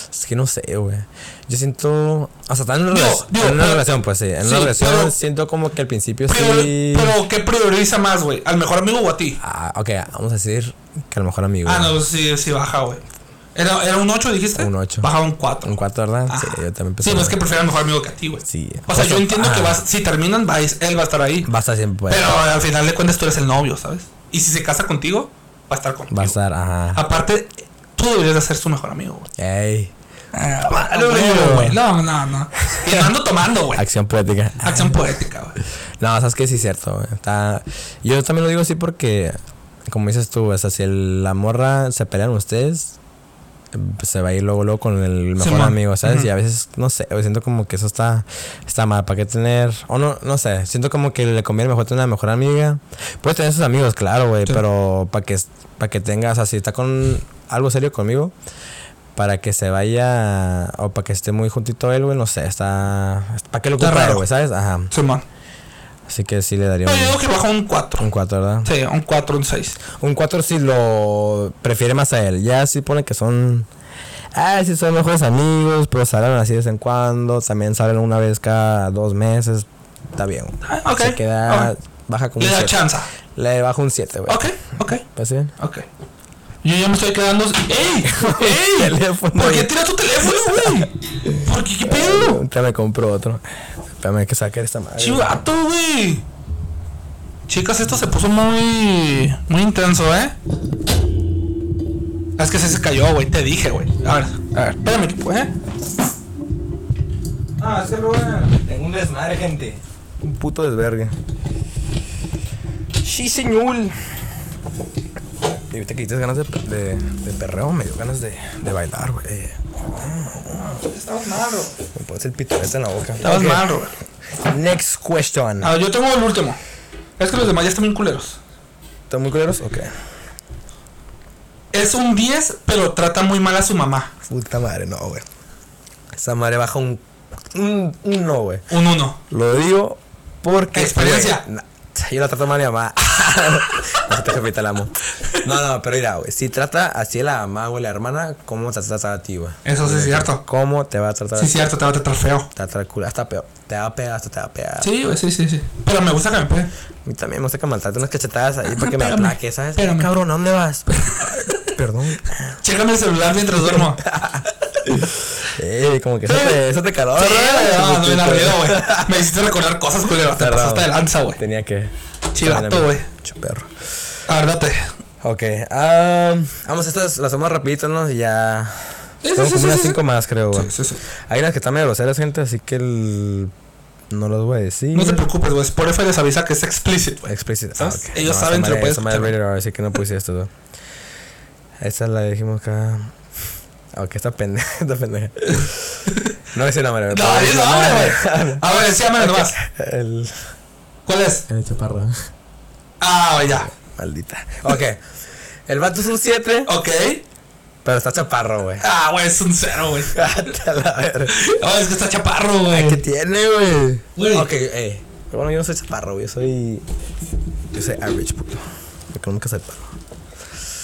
Speaker 2: Es que no sé, güey. Yo siento. O sea, está en una,
Speaker 1: Digo,
Speaker 2: relación-
Speaker 1: digo,
Speaker 2: en una
Speaker 1: pero-
Speaker 2: relación, pues sí. En
Speaker 1: sí,
Speaker 2: una relación
Speaker 1: pero-
Speaker 2: siento como que al principio
Speaker 1: Prior-
Speaker 2: sí.
Speaker 1: Pero ¿qué prioriza más, güey? ¿Al mejor amigo o a ti?
Speaker 2: Ah, ok, vamos a decir que a lo mejor amigo.
Speaker 1: Ah, no, sí, sí, baja, güey. ¿Era, ¿Era un 8, dijiste?
Speaker 2: Un ocho.
Speaker 1: Baja un 4.
Speaker 2: Un cuarto, ¿verdad?
Speaker 1: Ah.
Speaker 2: Sí, yo también pensé.
Speaker 1: Sí, no es que prefiero al mejor amigo que a ti, güey.
Speaker 2: Sí.
Speaker 1: O sea, yo
Speaker 2: Ah.
Speaker 1: entiendo que vas, si terminan, va, a ir- él va a estar ahí.
Speaker 2: Va a estar siempre. pues,
Speaker 1: Pero al final de cuentas tú eres el novio, ¿sabes? Y si se casa contigo, va a estar contigo.
Speaker 2: Va a estar, ajá.
Speaker 1: Aparte, tú deberías de ser su mejor amigo, güey.
Speaker 2: Ey.
Speaker 1: Ah, no,
Speaker 2: güey.
Speaker 1: no, güey. No, no, no. Y no ando tomando, güey.
Speaker 2: Acción poética.
Speaker 1: Acción poética, güey.
Speaker 2: No, sabes que sí es cierto, güey. Está... Yo también lo digo así porque, como dices tú, o sea, si el- la morra se pelean ustedes, eh, se va a ir luego, luego con el mejor
Speaker 1: Simón.
Speaker 2: amigo, ¿sabes?
Speaker 1: Ujú.
Speaker 2: Y a veces, no sé, güey, siento como que eso está, está mal. ¿Para qué tener? O no, no sé, siento como que le conviene mejor tener una mejor amiga. Puedes tener sus amigos, claro, güey,
Speaker 1: Sí.
Speaker 2: pero para que, para que tengas, o sea, si está con algo serio conmigo. Para que se vaya o para que esté muy juntito él, güey, no sé, está. ¿Para qué lo
Speaker 1: Está
Speaker 2: ocupa,
Speaker 1: raro.
Speaker 2: güey, sabes? Ajá.
Speaker 1: Simón.
Speaker 2: Así que sí le daría
Speaker 1: Pero yo
Speaker 2: un,
Speaker 1: digo que baja un 4.
Speaker 2: un 4, ¿verdad?
Speaker 1: Sí, un 4, un 6.
Speaker 2: Un 4 si lo prefiere más a él. Ya sí pone que son. Ah, sí son mejores amigos, pero salen así de vez en cuando. También salen una vez cada dos meses. Está bien.
Speaker 1: Ah, ok.
Speaker 2: Se queda.
Speaker 1: Ok.
Speaker 2: Baja como
Speaker 1: Le
Speaker 2: un
Speaker 1: da
Speaker 2: 7.
Speaker 1: chanza.
Speaker 2: Le baja un 7, güey.
Speaker 1: Ok, ok,
Speaker 2: ¿Está bien?
Speaker 1: ok. Yo ya me estoy quedando. ¡Ey! ¡Ey!
Speaker 2: Teléfono.
Speaker 1: ¿Por qué tira tu teléfono, güey? ¿Por qué? ¿Qué pedo?
Speaker 2: Ahorita me compro otro. Espérame que saque esta madre.
Speaker 1: Chivato, güey. Chicas, esto se puso muy. Muy intenso, ¿eh? Es que se, se cayó, güey. Te dije, güey. A ver, a ver. Espérame, ¿eh?
Speaker 2: Ah, es que Rubén. Tengo un desmadre, gente. Un puto desvergue. Sí, señor. Y ahorita que quitas ganas de, de, de perreo, me dio ganas de, de bailar, güey.
Speaker 1: Estabas mal, güey.
Speaker 2: Me pones el pitonete en la boca.
Speaker 1: Estabas
Speaker 2: Ok.
Speaker 1: mal, güey.
Speaker 2: Next question.
Speaker 1: A ver, yo tengo el último. Es que los demás ya están bien culeros.
Speaker 2: ¿Están muy claros? Ok.
Speaker 1: Es un 10, pero trata muy mal a su mamá.
Speaker 2: Puta madre, no, güey. Esa madre baja un. Un, un no, güey.
Speaker 1: Un 1.
Speaker 2: Lo digo porque.
Speaker 1: Experiencia.
Speaker 2: güey, na- yo la trato mal a mi mamá. no se te repita, la amo. No, no, pero mira, güey. Si trata así a la mamá o la hermana, ¿cómo te trata a ti, güey?
Speaker 1: Eso sí es cierto.
Speaker 2: ¿Cómo te va a tratar
Speaker 1: Sí, cierto, te va a tratar feo.
Speaker 2: Te va a tratar culo. Hasta peor. Te va a pegar, hasta te va a pegar.
Speaker 1: Sí, güey, sí, sí, sí. Pero me gusta que me peguen.
Speaker 2: A mí también me gusta que maltrate unas cachetadas ahí para que me
Speaker 1: Pégame,
Speaker 2: aplaque, ¿sabes?
Speaker 1: pégame.
Speaker 2: Cabrón, ¿a dónde vas? Perdón.
Speaker 1: Chécame el celular mientras duermo.
Speaker 2: Eh, como que eso
Speaker 1: Sí.
Speaker 2: te, eso te caló,
Speaker 1: Sí,
Speaker 2: ¿verdad?
Speaker 1: güey, no, no me la río, güey.
Speaker 2: Perdón.
Speaker 1: Me hiciste recordar cosas, culero. Te pasaste de lanza, güey.
Speaker 2: Tenía que.
Speaker 1: Chivato, güey.
Speaker 2: Chuperro.
Speaker 1: A ver, date.
Speaker 2: Ok, ah, vamos, estas las hacemos rapidito, ¿no? Y ya.
Speaker 1: Sí,
Speaker 2: Tengo
Speaker 1: sí,
Speaker 2: como
Speaker 1: sí,
Speaker 2: unas
Speaker 1: sí,
Speaker 2: cinco más, creo, güey.
Speaker 1: Sí, sí, sí.
Speaker 2: Hay unas que están medio groseras, gente, así que el- no los voy a decir.
Speaker 1: No te preocupes, güey. Spotify les avisa que es explícito, güey.
Speaker 2: Explícito. Ah,
Speaker 1: ¿Sabes?
Speaker 2: ok.
Speaker 1: Ellos
Speaker 2: No,
Speaker 1: saben
Speaker 2: esa
Speaker 1: que lo
Speaker 2: madre-
Speaker 1: puedes
Speaker 2: esa madre
Speaker 1: escuchar.
Speaker 2: rated R, así que no puse esto, ¿no? Esta la dijimos acá. Ok, esta pendeja. Esta pendeja. No es una madre.
Speaker 1: No, no, güey. A ver, decíame nomás.
Speaker 2: El.
Speaker 1: ¿Cuál es?
Speaker 2: El chaparro.
Speaker 1: Ah, güey, ya.
Speaker 2: Maldita. Ok. El vato es un 7,
Speaker 1: Ok.
Speaker 2: pero está chaparro, güey.
Speaker 1: Ah, güey, es un cero, güey.
Speaker 2: Hasta la verga.
Speaker 1: Ah, es que está chaparro, güey.
Speaker 2: ¿Qué tiene, güey?
Speaker 1: Eh, Güey.
Speaker 2: Ok, eh. Pero bueno, yo no soy chaparro, güey. Yo soy. Yo soy average, puto. Porque nunca soy parro.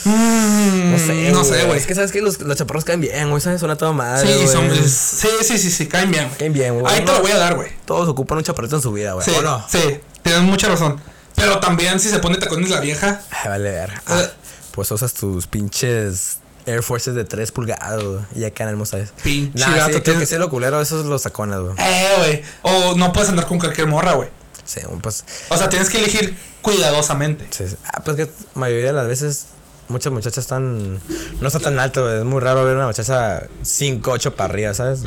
Speaker 1: Mm,
Speaker 2: No sé.
Speaker 1: No sé, güey.
Speaker 2: Es que sabes que los, los chaparros caen bien, güey. ¿Sabes? Suena todo mal.
Speaker 1: Sí, son, sí, sí, sí, sí, caen bien, güey.
Speaker 2: Caen bien, güey.
Speaker 1: Ahí te lo voy a dar, güey.
Speaker 2: Todos ocupan un chaparrito en su vida, güey.
Speaker 1: Sí,
Speaker 2: ¿O no?
Speaker 1: sí, tienes mucha razón. Pero también si se pone tacones la vieja.
Speaker 2: Ay, vale, ver.
Speaker 1: Ah.
Speaker 2: pues usas tus pinches Air Forces de 3 pulgadas, güey. Y acá en el ¿sabes?
Speaker 1: Pinche
Speaker 2: nah, sí,
Speaker 1: gato,
Speaker 2: creo
Speaker 1: tienes-
Speaker 2: que sí, lo culero, esos los tacones, güey.
Speaker 1: Eh, güey. O no puedes andar con cualquier morra, güey.
Speaker 2: Sí, pues.
Speaker 1: O sea, tienes que elegir cuidadosamente.
Speaker 2: Sí, sí. Ah, pues que mayoría de las veces muchas muchachas están. No está tan alto, güey. Es muy raro ver una muchacha 5, 8 para arriba, ¿sabes?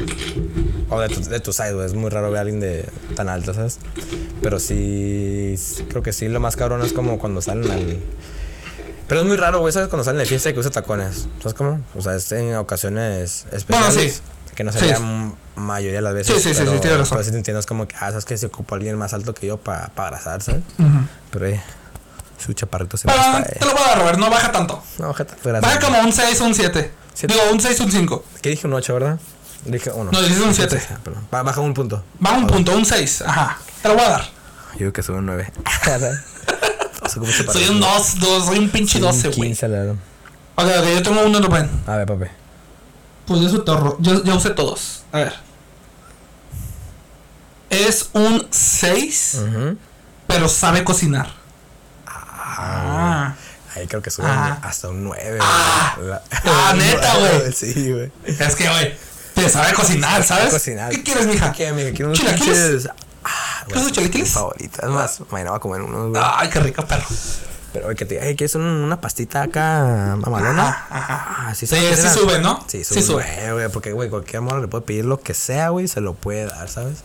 Speaker 2: O de tu, de tu side, güey. Es muy raro ver a alguien de tan alto, ¿sabes? Pero sí. Creo que sí, lo más cabrón es como cuando salen al. Pero es muy raro, güey, ¿sabes? Cuando salen de fiesta y que usa tacones. ¿Sabes cómo? O sea, es en ocasiones especiales.
Speaker 1: sí.
Speaker 2: Que no
Speaker 1: Sí.
Speaker 2: se la mayoría de las veces.
Speaker 1: Sí, sí, sí, sí,
Speaker 2: pero-
Speaker 1: tienes razón.
Speaker 2: Pero sí te entiendes como que, ah, ¿sabes que Se ocupa alguien más alto que yo para abrazar, ¿sabes? Pero, eh, Su chaparrito se
Speaker 1: Pero
Speaker 2: pasa, eh.
Speaker 1: te lo voy a dar, Robert, no baja tanto.
Speaker 2: No, jeta, gracias.
Speaker 1: Baja como un 6 o un 7.
Speaker 2: Siete.
Speaker 1: Digo, un 6 o un 5.
Speaker 2: ¿Qué dije? ¿Un 8, verdad? Dije uno.
Speaker 1: No, dijiste un siete.
Speaker 2: Ah, perdón. Ba- Baja un punto.
Speaker 1: Baja un punto, un 6. Ajá. Te lo voy a dar.
Speaker 2: Yo digo que sube un 9.
Speaker 1: Soy un 2, 2, soy un pinche 12, güey. Ok,
Speaker 2: 15, la verdad.
Speaker 1: ok, yo tengo uno, Rubén.
Speaker 2: A ver, papi.
Speaker 1: Pues yo soy torro. Yo, yo usé todos. A ver. Es un 6,
Speaker 2: Ujú.
Speaker 1: pero sabe cocinar.
Speaker 2: Ah. Ahí creo que sube
Speaker 1: Ah.
Speaker 2: hasta un 9.
Speaker 1: Ah. Ah, neta, güey.
Speaker 2: Sí, güey.
Speaker 1: Es que, güey, te sabe cocinar, ¿sabes?
Speaker 2: cocinar.
Speaker 1: ¿Qué quieres, mija?
Speaker 2: ¿Qué, amigo? ¿Quiero unos
Speaker 1: ¿Chilaquiles?
Speaker 2: pinches? Ah,
Speaker 1: ¿Quieres unos Ah, chilaquiles?
Speaker 2: Favoritas. Más, mañana va a comer unos, güey.
Speaker 1: Ay, qué rica, perro.
Speaker 2: Pero oye, que te diga, "Ey, ¿quieres un- una pastita acá mamalona?
Speaker 1: Ajá.
Speaker 2: Ah, sí,
Speaker 1: Sí,
Speaker 2: sabe
Speaker 1: sí
Speaker 2: hacer algo.
Speaker 1: sube, ¿no?
Speaker 2: Sí,
Speaker 1: Sí
Speaker 2: sube.
Speaker 1: sube.
Speaker 2: eh, güey, porque, güey, cualquier morra le puede pedir lo que sea, güey, se lo puede dar, ¿sabes?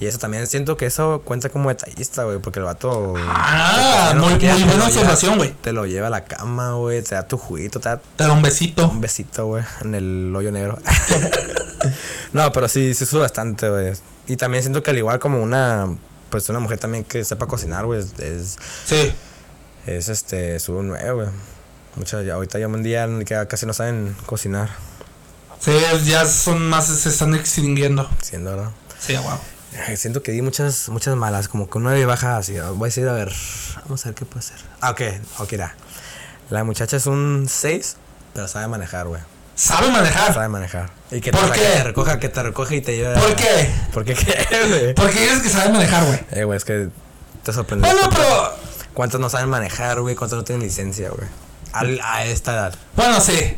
Speaker 2: Y eso también siento que eso cuenta como detallista, güey, porque el vato.
Speaker 1: Ah,
Speaker 2: te lo
Speaker 1: muy- muy
Speaker 2: lleva, te lo
Speaker 1: buena
Speaker 2: lleva-
Speaker 1: observación, güey.
Speaker 2: Te lo lleva a la cama, güey, te da tu juguito, te da
Speaker 1: Te da un besito.
Speaker 2: un besito, güey, en el hoyo negro. no, pero sí, sí sube bastante, güey. Y también siento que al igual como una. Pues una mujer también que sepa cocinar, güey, es- es
Speaker 1: Sí.
Speaker 2: es este, sube un 9, güey. Muchas, ya, ahorita ya un día en el que casi no saben cocinar,
Speaker 1: Sí, ya son más, se están extinguiendo.
Speaker 2: siendo verdad.
Speaker 1: Sí, wow.
Speaker 2: Ay, Siento que di muchas, muchas malas, como que una de baja así. ah, Voy a decir, a ver, vamos a ver qué puede ser. Ah, ok, ok, da. La muchacha es un 6, pero sabe manejar, güey.
Speaker 1: Sabe manejar.
Speaker 2: Sabe manejar. Y que
Speaker 1: ¿Por
Speaker 2: te,
Speaker 1: qué?
Speaker 2: que te recoja, que te recoja y te lleve. a-
Speaker 1: ¿Por qué?
Speaker 2: ¿Por qué qué, güey?
Speaker 1: ¿Por qué dices que sabe manejar, güey?
Speaker 2: Eh, güey, es que te sorprende.
Speaker 1: Bueno, pero.
Speaker 2: ¿Cuántos no saben manejar, güey? ¿Cuántos no tienen licencia, güey? Al- A, esta edad.
Speaker 1: Bueno, sí.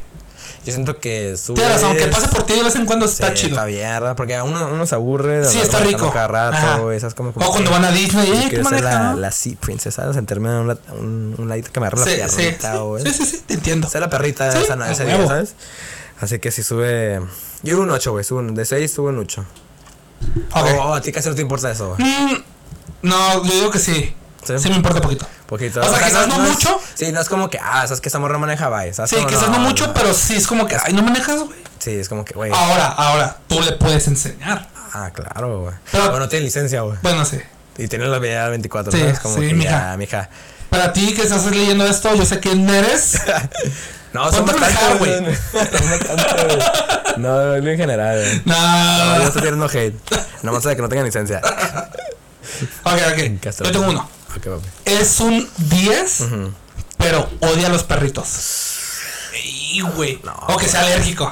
Speaker 2: Yo siento que sube.
Speaker 1: Tienes razón, que pase por ti de vez en cuando está
Speaker 2: Sí,
Speaker 1: chido.
Speaker 2: Está bien, ¿verdad? Porque uno, uno se aburre. de
Speaker 1: Sí,
Speaker 2: andar
Speaker 1: está
Speaker 2: manejando
Speaker 1: rico.
Speaker 2: Cada
Speaker 1: Ajá.
Speaker 2: rato, güey, ¿sabes? Como,
Speaker 1: O cuando van a Disney,
Speaker 2: Yo
Speaker 1: eh, ¿qué
Speaker 2: quiero ser
Speaker 1: maneja?
Speaker 2: la,
Speaker 1: no?
Speaker 2: la sea princesa, ¿sabes? Sentarme en un, la- un, un ladito que me agarre
Speaker 1: sí,
Speaker 2: la
Speaker 1: sí,
Speaker 2: perrita, güey.
Speaker 1: sí, sí, sí, te entiendo.
Speaker 2: Ser la perrita
Speaker 1: Sí,
Speaker 2: esa,
Speaker 1: a
Speaker 2: ese
Speaker 1: huevo.
Speaker 2: día, ¿sabes? Así que si sube. Yo un 8, güey. Sube un, de 6 sube un 8.
Speaker 1: Ok.
Speaker 2: Oh, a ti casi no te importa eso, güey.
Speaker 1: Mm, no, yo digo que sí.
Speaker 2: ¿Sí? Ah,
Speaker 1: Sí, me importa poquito.
Speaker 2: Poquito.
Speaker 1: O sea, quizás no
Speaker 2: es-
Speaker 1: mucho.
Speaker 2: sí, no es como que, ah, sabes que esa morra maneja, bye. ¿sabes?
Speaker 1: Sí,
Speaker 2: Como,
Speaker 1: quizás no, mucho, Ah. pero sí es como que, ay, no manejas, güey.
Speaker 2: Sí, es como que, güey.
Speaker 1: Ahora, ahora, tú le puedes enseñar.
Speaker 2: Ah, claro, güey.
Speaker 1: Pero-
Speaker 2: Pero no tiene licencia, güey.
Speaker 1: Bueno, sí.
Speaker 2: Y tiene la vida 24,
Speaker 1: Sí,
Speaker 2: ¿sabes? Como
Speaker 1: sí,
Speaker 2: que
Speaker 1: mija.
Speaker 2: ya, mija.
Speaker 1: Para ti que estás leyendo esto, yo sé quién eres.
Speaker 2: No,
Speaker 1: Ponte a trabajar, güey.
Speaker 2: Son bastantes, güey. No, en general, güey. No, yo
Speaker 1: no.
Speaker 2: estoy tirando hate. Nomás de que no tengan licencia.
Speaker 1: Ok, ok.
Speaker 2: Castro.
Speaker 1: Yo tengo uno.
Speaker 2: Ok, papi.
Speaker 1: Es un 10, pero odia a los perritos. Ey, güey.
Speaker 2: No,
Speaker 1: o que sea alérgico.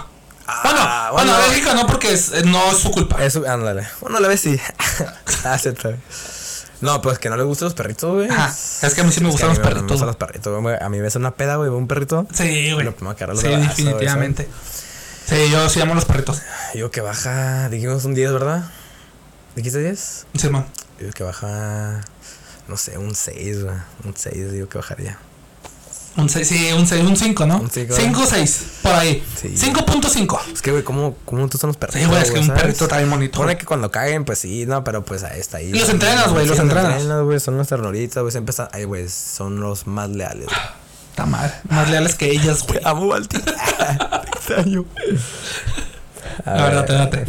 Speaker 2: Ah,
Speaker 1: bueno, bueno,
Speaker 2: bueno.
Speaker 1: alérgico no porque es- eh, no es su culpa.
Speaker 2: Eso, ándale. Bueno, la vez sí. ah, cierto. No, pues que no le gustan los perritos, güey.
Speaker 1: Ajá. Es que a mí sí me
Speaker 2: Es que
Speaker 1: gustan
Speaker 2: a
Speaker 1: los
Speaker 2: mí me- me
Speaker 1: perritos.
Speaker 2: gustan los perritos, güey. A mí me ves una peda, güey, veo un perrito.
Speaker 1: Sí, güey.
Speaker 2: Lo primero que agarro los
Speaker 1: Sí,
Speaker 2: abrazos, güey,
Speaker 1: definitivamente. Sí, yo sí amo los perritos.
Speaker 2: Digo que baja. Dijimos un 10, ¿verdad? ¿Dijiste 10?
Speaker 1: Simón.
Speaker 2: Digo que baja. No sé, un 6, güey. Un 6, digo que bajaría.
Speaker 1: Un 6, sí, un 6, un 5, ¿no?
Speaker 2: Un cinco.
Speaker 1: 5 o 6, por ahí.
Speaker 2: Sí.
Speaker 1: 5.5.
Speaker 2: Es que, güey, ¿cómo, ¿cómo tú son los perritos?
Speaker 1: Sí, güey, es que un
Speaker 2: ¿sabes?
Speaker 1: perrito está bien bonito.
Speaker 2: Supone que cuando caguen, pues sí, no, pero pues ahí está ahí.
Speaker 1: Los entrenas, güey, los
Speaker 2: Sí,
Speaker 1: entrenas.
Speaker 2: güey, son los ternoritas, güey, siempre están. Ay, güey, son los más leales. güey.
Speaker 1: Está mal. Más leales que ellas, güey.
Speaker 2: Amo al tío. extraño. A
Speaker 1: La verdad, te date.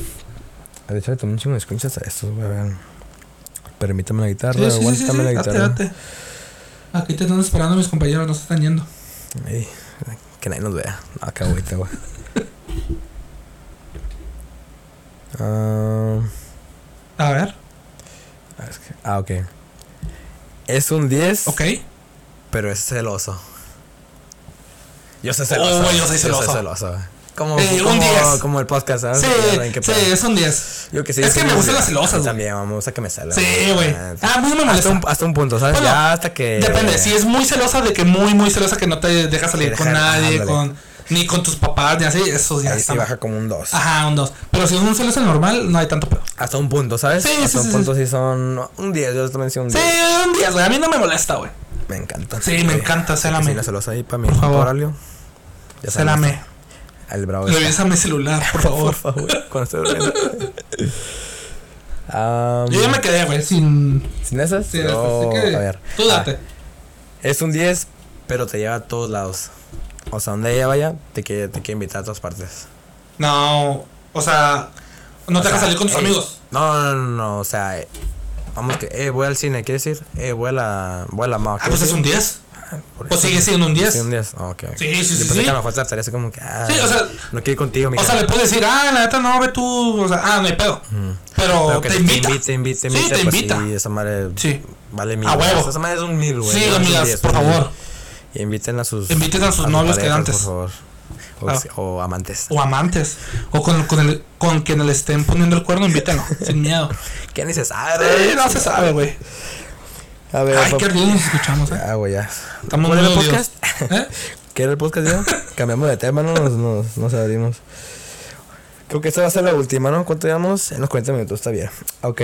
Speaker 2: De hecho, le tomé un chingo de screenshots a estos, güey. a ver. Permítame la guitarra,
Speaker 1: Sí, sí, sí, sí,
Speaker 2: aguántame la
Speaker 1: date,
Speaker 2: guitarra.
Speaker 1: date. Aquí te están esperando mis compañeros, no se están yendo.
Speaker 2: Ey, que nadie nos vea. No, qué agüita, güey. Ah.
Speaker 1: A ver,
Speaker 2: Ah, es que- Ah, ok. Es un 10,
Speaker 1: ok.
Speaker 2: pero es celoso. Yo soy
Speaker 1: celoso.
Speaker 2: yo soy
Speaker 1: Yo soy
Speaker 2: celoso. güey. Como,
Speaker 1: Eh, un
Speaker 2: como-
Speaker 1: 10.
Speaker 2: como el podcast, ¿sabes?
Speaker 1: Sí,
Speaker 2: Ah, Ya saben qué
Speaker 1: sí,
Speaker 2: pedo.
Speaker 1: es un 10.
Speaker 2: Yo que sí,
Speaker 1: es que
Speaker 2: soy
Speaker 1: me
Speaker 2: un
Speaker 1: gustan
Speaker 2: 10.
Speaker 1: las celosas,
Speaker 2: A mí
Speaker 1: güey.
Speaker 2: También, güey, me gusta que me celan.
Speaker 1: Sí, güey.
Speaker 2: Ah,
Speaker 1: Ah, a mí no me
Speaker 2: Hasta
Speaker 1: molesta.
Speaker 2: un, hasta un punto, ¿sabes?
Speaker 1: Bueno,
Speaker 2: ya hasta que.
Speaker 1: Depende, si es muy celosa de que muy, muy celosa que no te deja salir
Speaker 2: Te
Speaker 1: con
Speaker 2: deja-
Speaker 1: nadie,
Speaker 2: ándale.
Speaker 1: con ni con tus papás, ni así, eso ya
Speaker 2: Ahí
Speaker 1: está
Speaker 2: eh,
Speaker 1: mal.
Speaker 2: sí baja como un 2.
Speaker 1: Ajá, un 2. Pero si es un celoso normal, no hay tanto pedo.
Speaker 2: Hasta un punto, ¿sabes?
Speaker 1: Sí,
Speaker 2: hasta
Speaker 1: sí,
Speaker 2: un
Speaker 1: sí,
Speaker 2: punto sí son. Un 10, yo también sí un
Speaker 1: Sí,
Speaker 2: 10.
Speaker 1: un 10, güey. A mí no me molesta, güey.
Speaker 2: Me encanta.
Speaker 1: Sí, me encanta,
Speaker 2: Sí, que
Speaker 1: célame.
Speaker 2: sí, la celosa ahí para mí.
Speaker 1: Por favor.
Speaker 2: Aurelio. Ya saben,
Speaker 1: Célame.
Speaker 2: El bravo. está.
Speaker 1: Revisa mi celular, por favor.
Speaker 2: Cuando estoy durmiendo. Am,
Speaker 1: Yo ya me quedé, güey, sin.
Speaker 2: ¿Sin esas?
Speaker 1: sin
Speaker 2: No,
Speaker 1: esto, así que
Speaker 2: a ver.
Speaker 1: Tú date.
Speaker 2: Ah, es un 10, pero te lleva a todos lados. O sea, donde ella vaya, te quiere, te quiere invitar a todas partes.
Speaker 1: No, o sea, no
Speaker 2: O
Speaker 1: te dejas
Speaker 2: sea,
Speaker 1: salir con tus
Speaker 2: eh,
Speaker 1: amigos.
Speaker 2: No, no, no, no, o sea, eh, Vamos que, eh, voy al cine, ¿quieres ir? Eh, voy a la, voy a la MAO.
Speaker 1: Ah, pues es un 10.
Speaker 2: ¿Por
Speaker 1: O
Speaker 2: eso?
Speaker 1: sigue siendo un 10.
Speaker 2: Sí, un 10. Ah, ok, ok.
Speaker 1: Sí, sí, sí,
Speaker 2: Yo pensé
Speaker 1: sí.
Speaker 2: que a lo mejor te estaría así como que. ah,
Speaker 1: Sí, o sea,
Speaker 2: No quiero ir contigo, mi
Speaker 1: O sea, le puedes decir, ah, la neta no, ve tú. O sea, ah, no hay pedo. Pero,
Speaker 2: Pero que
Speaker 1: te
Speaker 2: te
Speaker 1: invita.
Speaker 2: invite, te invite, te
Speaker 1: Sí,
Speaker 2: invite,
Speaker 1: te
Speaker 2: pues,
Speaker 1: invita.
Speaker 2: sí, esa madre
Speaker 1: Sí.
Speaker 2: vale mil.
Speaker 1: A huevo.
Speaker 2: O sea, Esa madre es un mil, güey.
Speaker 1: Sí,
Speaker 2: no es un
Speaker 1: amigas,
Speaker 2: 10,
Speaker 1: por
Speaker 2: es un
Speaker 1: favor.
Speaker 2: mil. Y inviten a sus.
Speaker 1: Inviten a sus novios quedantes.
Speaker 2: Por favor. O,
Speaker 1: Ah.
Speaker 2: o amantes.
Speaker 1: O amantes. O con, con, el, con quien le estén poniendo el cuerno, invítalo. sin miedo.
Speaker 2: ¿Qué ni se sabe?
Speaker 1: Eh, no se sabe, güey.
Speaker 2: A ver,
Speaker 1: Ay,
Speaker 2: pa-
Speaker 1: qué rico nos escuchamos, eh.
Speaker 2: Ya, güey, ya.
Speaker 1: Estamos
Speaker 2: ¿Cuál
Speaker 1: muy
Speaker 2: era el
Speaker 1: odios.
Speaker 2: podcast?
Speaker 1: ¿Eh?
Speaker 2: ¿Qué era el podcast ya? Cambiamos de tema, no nos, nos, nos abrimos. Creo que esta va a ser la última, ¿no? ¿Cuánto llevamos? En los 40 minutos, está bien. Ok.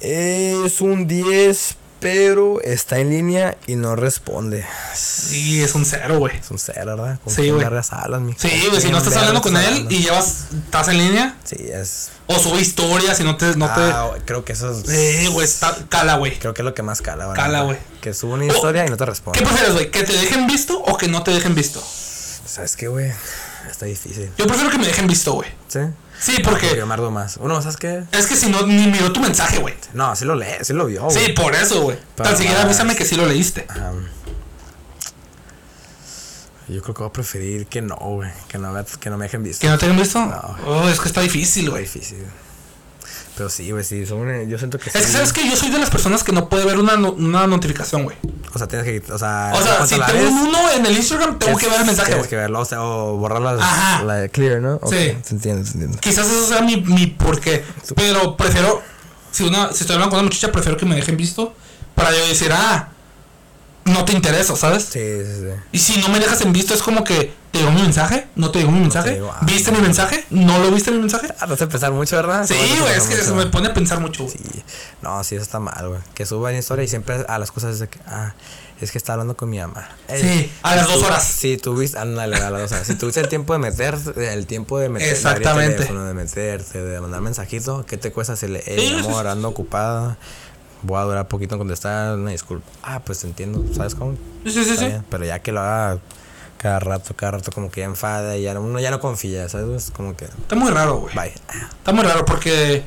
Speaker 2: Es un 10, pero está en línea y no responde.
Speaker 1: Sí, es un cero, güey.
Speaker 2: Es un cero, ¿verdad? ¿Con
Speaker 1: Sí,
Speaker 2: quién
Speaker 1: güey.
Speaker 2: vergas hablas, mijo?
Speaker 1: Sí,
Speaker 2: ¿Con
Speaker 1: güey, si
Speaker 2: quién
Speaker 1: no estás
Speaker 2: vergas
Speaker 1: hablando con él
Speaker 2: hablando?
Speaker 1: y llevas, estás en línea,
Speaker 2: Sí, es...
Speaker 1: o sube historias y no te, no
Speaker 2: Ah, güey, creo que eso es...
Speaker 1: te, eh, güey, está, cala, güey.
Speaker 2: Creo que es lo que más cala, ¿verdad?
Speaker 1: Cala, güey.
Speaker 2: Que sube una historia y no te responde.
Speaker 1: ¿Qué prefieres, güey? ¿Que te dejen visto o que no te dejen visto?
Speaker 2: ¿Sabes qué, güey? Está difícil.
Speaker 1: Yo prefiero que me dejen visto, güey.
Speaker 2: ¿Sí?
Speaker 1: Sí, porque
Speaker 2: Yo me ardo más. Uno, ¿sabes qué?
Speaker 1: es que si no, ni miró tu mensaje, güey.
Speaker 2: No, sí lo lee, sí lo vio, Oh, güey.
Speaker 1: Sí, por eso, güey. Tan
Speaker 2: Para-
Speaker 1: siquiera avísame que sí lo leíste.
Speaker 2: Am, yo creo que voy a preferir que no, güey. Que no, me- que no me dejen visto.
Speaker 1: ¿Que no te dejen visto?
Speaker 2: No.
Speaker 1: Oh, es que está difícil,
Speaker 2: Muy
Speaker 1: güey.
Speaker 2: difícil. Pero sí, güey, sí. son una- yo siento que
Speaker 1: Es que,
Speaker 2: sí.
Speaker 1: ¿sabes que Yo soy de las personas que no puede ver una, no- una notificación, güey.
Speaker 2: O sea, tienes que... O sea,
Speaker 1: O sea,
Speaker 2: cuando
Speaker 1: si
Speaker 2: Ah, la
Speaker 1: tengo
Speaker 2: ves,
Speaker 1: un uno en el Instagram, tengo que ver el mensaje,
Speaker 2: Tienes
Speaker 1: güey.
Speaker 2: que verlo, o sea, o borrar las,
Speaker 1: Ajá.
Speaker 2: la de clear, ¿no? Ok,
Speaker 1: Sí.
Speaker 2: Te entiendo, te entiendo.
Speaker 1: Quizás eso sea mi, mi porqué. Pero prefiero. Si, una, si estoy hablando con una muchacha, prefiero que me dejen visto. Para yo decir, ah, no te intereso, ¿sabes?
Speaker 2: Sí, sí, sí.
Speaker 1: Y si no me dejas en visto, es como que te llegó mi mensaje, no te llegó mi mensaje.
Speaker 2: llegó, ah,
Speaker 1: ¿Viste
Speaker 2: no.
Speaker 1: mi mensaje? ¿No lo viste mi mensaje?
Speaker 2: Ah, te hace pensar mucho, ¿verdad?
Speaker 1: Sí,
Speaker 2: Te hace
Speaker 1: güey,
Speaker 2: pensar
Speaker 1: es que
Speaker 2: mucho.
Speaker 1: eso me pone a pensar mucho. güey.
Speaker 2: Sí. No, sí, eso está mal, güey. Que suba en historia y siempre a las cosas es de que, ah, es que está hablando con mi mamá. Eh,
Speaker 1: Sí, a las
Speaker 2: tú-
Speaker 1: dos horas.
Speaker 2: Sí, tuviste, ándale, a las dos horas. Si tuviste el tiempo de meterte, el tiempo de meterte, de abrir
Speaker 1: Exactamente.
Speaker 2: teléfono, de meterte, de mandar mensajito, ¿qué te cuesta decirle,
Speaker 1: Sí,
Speaker 2: hey,
Speaker 1: sí,
Speaker 2: mi
Speaker 1: sí,
Speaker 2: amor,
Speaker 1: sí.
Speaker 2: ando ocupada? Voy a durar poquito en contestar, una disculpa. Ah, pues te entiendo, ¿sabes cómo?
Speaker 1: Sí, sí, sí.
Speaker 2: Está
Speaker 1: sí.
Speaker 2: bien, Pero ya que lo haga cada rato, cada rato, como que ya enfada y ya, uno ya no confía, ¿sabes? Es como que,
Speaker 1: Está muy raro, güey.
Speaker 2: bye. Ah,
Speaker 1: Está muy raro porque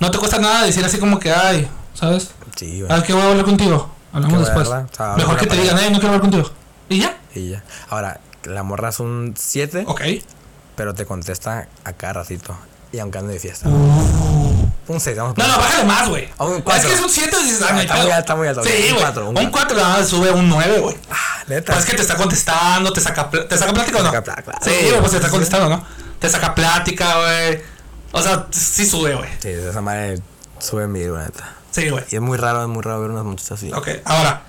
Speaker 1: no te cuesta nada decir así como que, ay, ¿sabes?
Speaker 2: Sí, güey.
Speaker 1: Ah, que voy a hablar contigo. Hablamos
Speaker 2: Que voy a
Speaker 1: después.
Speaker 2: hablar. O sea,
Speaker 1: Mejor
Speaker 2: una
Speaker 1: que te
Speaker 2: pareja.
Speaker 1: digan, ay, no quiero hablar contigo. Y ya.
Speaker 2: Y ya. Ahora, la morra es un 7.
Speaker 1: Ok.
Speaker 2: pero te contesta a cada ratito. Y aunque ande de fiesta.
Speaker 1: Uh.
Speaker 2: Un 6, vamos a
Speaker 1: No,
Speaker 2: poner-
Speaker 1: no, bájale más, güey.
Speaker 2: A un
Speaker 1: Es
Speaker 2: cuatro.
Speaker 1: que es un 7 dices, ah, no hay
Speaker 2: Está muy
Speaker 1: pedo.
Speaker 2: alto, está muy alto.
Speaker 1: Sí,
Speaker 2: Un
Speaker 1: güey.
Speaker 2: cuatro, un
Speaker 1: Un 4 nada más sube a un 9, güey.
Speaker 2: Ah, neta.
Speaker 1: Pues es que te está contestando, te saca, pl- te saca plática o no.
Speaker 2: Te saca plática.
Speaker 1: Sí, güey, pues te está contestando, ¿no? Te saca plática, güey. O sea, sí sube, güey.
Speaker 2: Sí, esa madre sube mi vida, neta.
Speaker 1: Sí, güey.
Speaker 2: Y es muy raro, es muy raro ver unas muchachas así.
Speaker 1: Ok, ahora,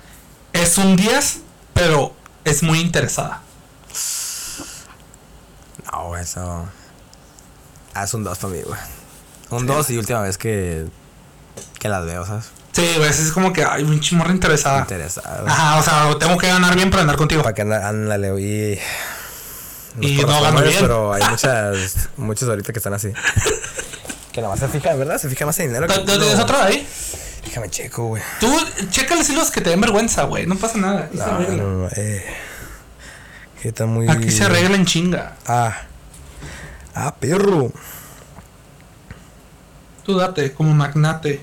Speaker 1: es un 10, pero es muy interesada.
Speaker 2: No, güey, eso. Haz un 2 para mí, güey. Un 2 y última vez que. Que las veo, ¿sabes?
Speaker 1: Sí, güey, es como que hay un chimorra interesada.
Speaker 2: Interesado.
Speaker 1: Ajá, o sea, tengo que ganar bien para andar contigo.
Speaker 2: Para que anda- ándale, güey.
Speaker 1: Y
Speaker 2: por
Speaker 1: no
Speaker 2: los
Speaker 1: gano
Speaker 2: nombres,
Speaker 1: bien.
Speaker 2: Pero hay muchas. muchos ahorita que están así. Que nomás se fijan, ¿verdad? Se fijan más en dinero.
Speaker 1: ¿No
Speaker 2: que-
Speaker 1: no tienes
Speaker 2: no.
Speaker 1: otra ahí?
Speaker 2: Déjame checo, güey.
Speaker 1: Tú, chécale si los que te den vergüenza, güey. No pasa nada. Aquí se
Speaker 2: No,
Speaker 1: arregla.
Speaker 2: no, no, eh. Que está muy.
Speaker 1: Aquí se arregla en chinga.
Speaker 2: Ah. Ah, perro.
Speaker 1: Tú date como magnate.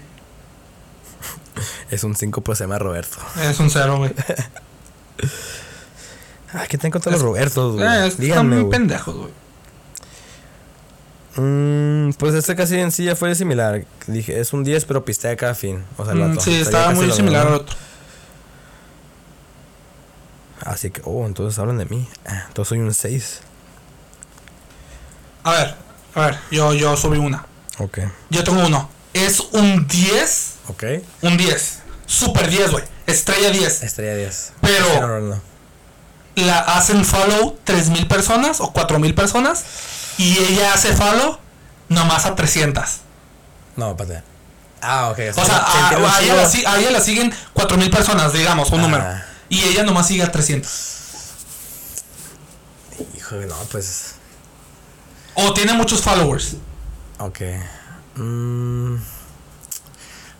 Speaker 2: Es un 5 pues se llama Roberto.
Speaker 1: Es un cero, güey.
Speaker 2: Ah, ¿qué te encontrado los Robertos, güey?
Speaker 1: Eh, es que están
Speaker 2: Díganme,
Speaker 1: muy
Speaker 2: güey.
Speaker 1: pendejos, güey.
Speaker 2: Mm, pues este casi en sí ya fue similar. Dije, es un 10, pero pistea a cada fin. O sea, el
Speaker 1: Mm,
Speaker 2: vato.
Speaker 1: Sí,
Speaker 2: Sería
Speaker 1: estaba
Speaker 2: casi
Speaker 1: muy
Speaker 2: lo
Speaker 1: similar al
Speaker 2: mismo.
Speaker 1: otro.
Speaker 2: Así que, oh, entonces hablan de mí. Ah, Entonces soy un 6.
Speaker 1: A ver, a ver, yo, yo subí una.
Speaker 2: Ok.
Speaker 1: Yo tengo uno. Es un 10,
Speaker 2: Ok.
Speaker 1: un 10. Super 10, güey. Estrella 10.
Speaker 2: Estrella 10.
Speaker 1: Pero-
Speaker 2: Cristiano Ronaldo.
Speaker 1: La hacen follow 3.000 personas o 4.000 personas. Y ella hace follow nomás a 300.
Speaker 2: No, espérate. Ah, ok.
Speaker 1: O sea, a, a ella, la, si- a ella la siguen 4.000 personas, digamos, un
Speaker 2: Ah.
Speaker 1: número. Y ella nomás sigue a 300.
Speaker 2: Hijo, no, pues.
Speaker 1: O tiene muchos followers.
Speaker 2: Ok. Mm.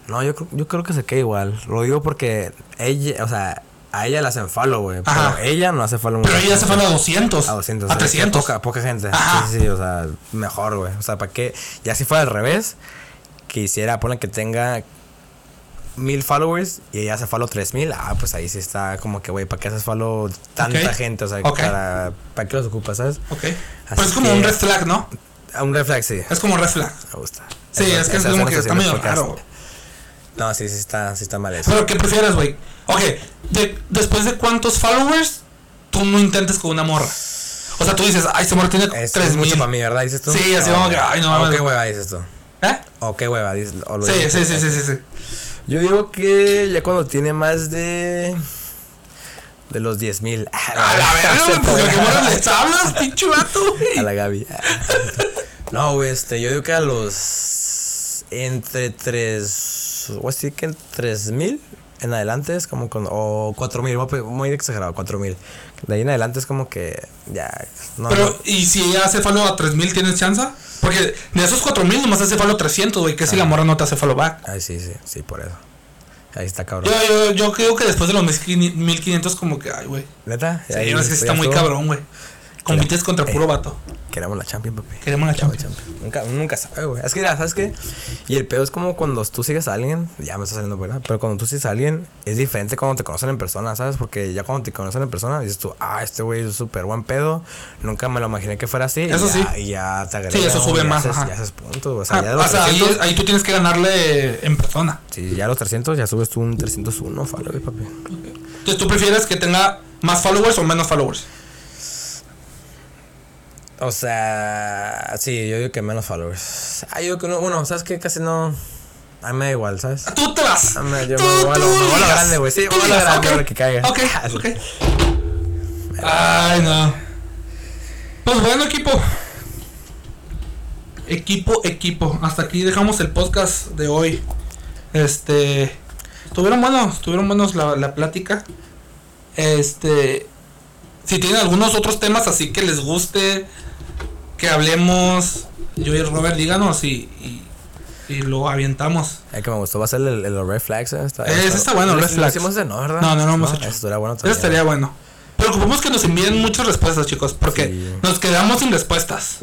Speaker 2: No, yo, creo- yo creo que se queda igual. Lo digo porque ella, o sea, a ella la hacen follow, güey.
Speaker 1: Ajá.
Speaker 2: Pero ella no hace follow.
Speaker 1: Pero
Speaker 2: mucha
Speaker 1: ella hace
Speaker 2: gente.
Speaker 1: follow a 200.
Speaker 2: A 200.
Speaker 1: A
Speaker 2: sí,
Speaker 1: 300.
Speaker 2: Poca, poca gente.
Speaker 1: Ajá.
Speaker 2: Sí, sí, sí, o sea, mejor, güey. O sea, ¿para qué? Ya si fuera al revés, que hiciera, ponle que tenga mil followers y ella hace follow 3000, ah, pues ahí sí está como que, güey, ¿para qué haces follow tanta
Speaker 1: Ok.
Speaker 2: gente? O sea,
Speaker 1: Ok.
Speaker 2: para, ¿para qué los ocupas, sabes?
Speaker 1: Ok.
Speaker 2: Así
Speaker 1: Pero es como
Speaker 2: que-
Speaker 1: un red flag, ¿no?
Speaker 2: Ah, Un reflex, sí.
Speaker 1: Es como un red flag.
Speaker 2: Me gusta.
Speaker 1: Sí,
Speaker 2: Esas-
Speaker 1: es que es
Speaker 2: esas
Speaker 1: como
Speaker 2: son
Speaker 1: que está
Speaker 2: situaciones
Speaker 1: medio
Speaker 2: pocas.
Speaker 1: raro.
Speaker 2: No, sí, sí está, sí está mal eso.
Speaker 1: Pero ¿qué prefieres, güey? Ok, de- después de cuántos followers tú no intentes con una morra. O sea, tú dices, ay, se morra tiene
Speaker 2: Es, es
Speaker 1: 3000.
Speaker 2: mucho para mí, ¿verdad? Dices tú.
Speaker 1: Sí, así como que, ay, no
Speaker 2: O
Speaker 1: mames.
Speaker 2: qué hueva dices tú.
Speaker 1: ¿Eh?
Speaker 2: O qué hueva dices. o lo
Speaker 1: Sí,
Speaker 2: dices
Speaker 1: sí, sí,
Speaker 2: tú.
Speaker 1: sí, sí, sí.
Speaker 2: Yo digo que ya cuando tiene más de. De los 10 mil.
Speaker 1: A la verga, güey, pues ¿a qué morras les hablas, pinche vato,
Speaker 2: Ah, A
Speaker 1: güey?
Speaker 2: la Gaby. No, güey, este, yo digo que a los. Entre 3. O así que en 3 mil en adelante es como con. O 4 mil, muy exagerado, 4 mil. De ahí en adelante es como que. Ya. No,
Speaker 1: Pero, ¿y si ella hace follow a 3000, tienes chance? Porque de esos 4000 nomás hace follow 300, güey. Que si
Speaker 2: Ah.
Speaker 1: la morra no te hace follow back?
Speaker 2: Ay, sí, sí, sí, por eso. Ahí está,
Speaker 1: Yo,
Speaker 2: cabrón.
Speaker 1: yo, yo creo que después de los 1500, como que, ay, güey.
Speaker 2: ¿Neta?
Speaker 1: Sí,
Speaker 2: Ahí,
Speaker 1: es que sí
Speaker 2: pues, ya
Speaker 1: está muy
Speaker 2: estuvo. Eh.
Speaker 1: cabrón, güey. Compites contra puro vato.
Speaker 2: Queremos la Champions, papi.
Speaker 1: Queremos la
Speaker 2: Queremos
Speaker 1: Champions.
Speaker 2: Nunca, nunca sabe, güey. Es que, mira, ¿sabes qué? Y el pedo es como cuando tú sigues a alguien, ya me está saliendo, ¿verdad? Pero cuando tú sigues a alguien, es diferente cuando te conocen en persona, ¿sabes? Porque ya cuando te conocen en persona, dices tú, ah, este güey es súper buen pedo. Nunca me lo imaginé que fuera así. y
Speaker 1: Eso
Speaker 2: ya,
Speaker 1: sí.
Speaker 2: Y ya te agregas.
Speaker 1: Sí, eso sube más,
Speaker 2: Ya haces,
Speaker 1: ajá.
Speaker 2: ya haces puntos, güey. O sea,
Speaker 1: Ah,
Speaker 2: ya de los
Speaker 1: o sea, ahí,
Speaker 2: 300,
Speaker 1: ahí tú tienes que ganarle en persona.
Speaker 2: sí, ya a los 300, ya subes tú un 301, followers, papi.
Speaker 1: Entonces, ¿tú prefieres que tenga más followers o menos followers?
Speaker 2: O sea, sí, yo digo que menos followers. Ah, yo digo que no, bueno, ¿sabes qué? Casi no. A mí me da igual, ¿sabes?
Speaker 1: Tú te vas.
Speaker 2: Ah, me- yo
Speaker 1: tú,
Speaker 2: me voy a lo- me voy a lo
Speaker 1: digas.
Speaker 2: grande, güey. Sí,
Speaker 1: Tú
Speaker 2: me voy a lo
Speaker 1: digas,
Speaker 2: grande,
Speaker 1: ok,
Speaker 2: a ver que caiga.
Speaker 1: Ok, ok. Ay, no. Pues bueno, equipo. Equipo, equipo. Hasta aquí dejamos el podcast de hoy. Este. Estuvieron buenos, estuvieron buenos la, la plática. Este. Si tienen algunos otros temas así que les guste, que hablemos, yo y Robert, díganos y, y, y lo avientamos.
Speaker 2: El que me gustó va a ser el, el- los Red Flags. ¿eh? Está,
Speaker 1: Eh, ese está bueno,
Speaker 2: ¿Lo-
Speaker 1: Red
Speaker 2: lo
Speaker 1: Flags.
Speaker 2: hicimos ese? no, ¿verdad?
Speaker 1: No, no, no hemos hecho.
Speaker 2: Eso estaría bueno
Speaker 1: Eso
Speaker 2: también.
Speaker 1: estaría bueno. Pero ocupamos que nos envíen muchas respuestas, chicos, porque
Speaker 2: Sí.
Speaker 1: nos quedamos sin respuestas.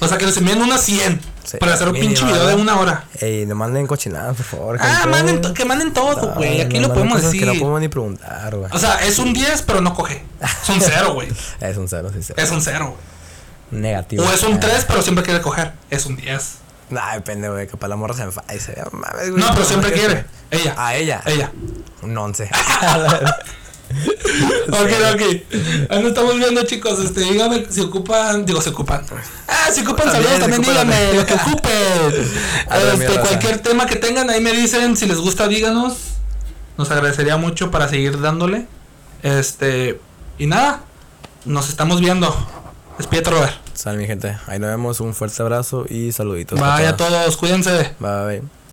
Speaker 1: O sea, que nos envíen unas 100
Speaker 2: Sí,
Speaker 1: para hacer un
Speaker 2: mínimo,
Speaker 1: pinche video de
Speaker 2: ¿verdad?
Speaker 1: una hora.
Speaker 2: Ey, no manden cochinadas, por favor.
Speaker 1: Ah,
Speaker 2: gente.
Speaker 1: manden to- que manden todo,
Speaker 2: No,
Speaker 1: güey. Aquí lo
Speaker 2: no manden
Speaker 1: podemos
Speaker 2: cosas
Speaker 1: decir.
Speaker 2: Que no podemos ni preguntar, güey.
Speaker 1: O sea, es un 10, pero no coge. Es un 0, güey.
Speaker 2: es un cero, sí, cero.
Speaker 1: Es un 0.
Speaker 2: Negativo.
Speaker 1: O es un
Speaker 2: Ah.
Speaker 1: 3, pero siempre quiere coger. Es un 10.
Speaker 2: Nah, depende, güey. Capaz la morra se enfada y se vea, mames, güey.
Speaker 1: No, pero siempre
Speaker 2: ¿qué
Speaker 1: quiere. Ella.
Speaker 2: A ella.
Speaker 1: Ella.
Speaker 2: Un once.
Speaker 1: Ok, ok. Ahí nos estamos viendo, chicos. Este, díganme si ocupan. Digo, si ocupan. Ah, si ocupan
Speaker 2: También,
Speaker 1: saludos, también
Speaker 2: si ocupan,
Speaker 1: díganme
Speaker 2: también.
Speaker 1: lo que ocupen.
Speaker 2: A la
Speaker 1: Este,
Speaker 2: mierda.
Speaker 1: cualquier tema que tengan, ahí me dicen. Si les gusta, díganos. Nos agradecería mucho para seguir dándole. Este. Y nada. Nos estamos viendo. Despídete, Robert.
Speaker 2: Sal, mi gente. Ahí nos vemos. Un fuerte abrazo y saluditos.
Speaker 1: Vaya a todos, cuídense.
Speaker 2: Bye, bye.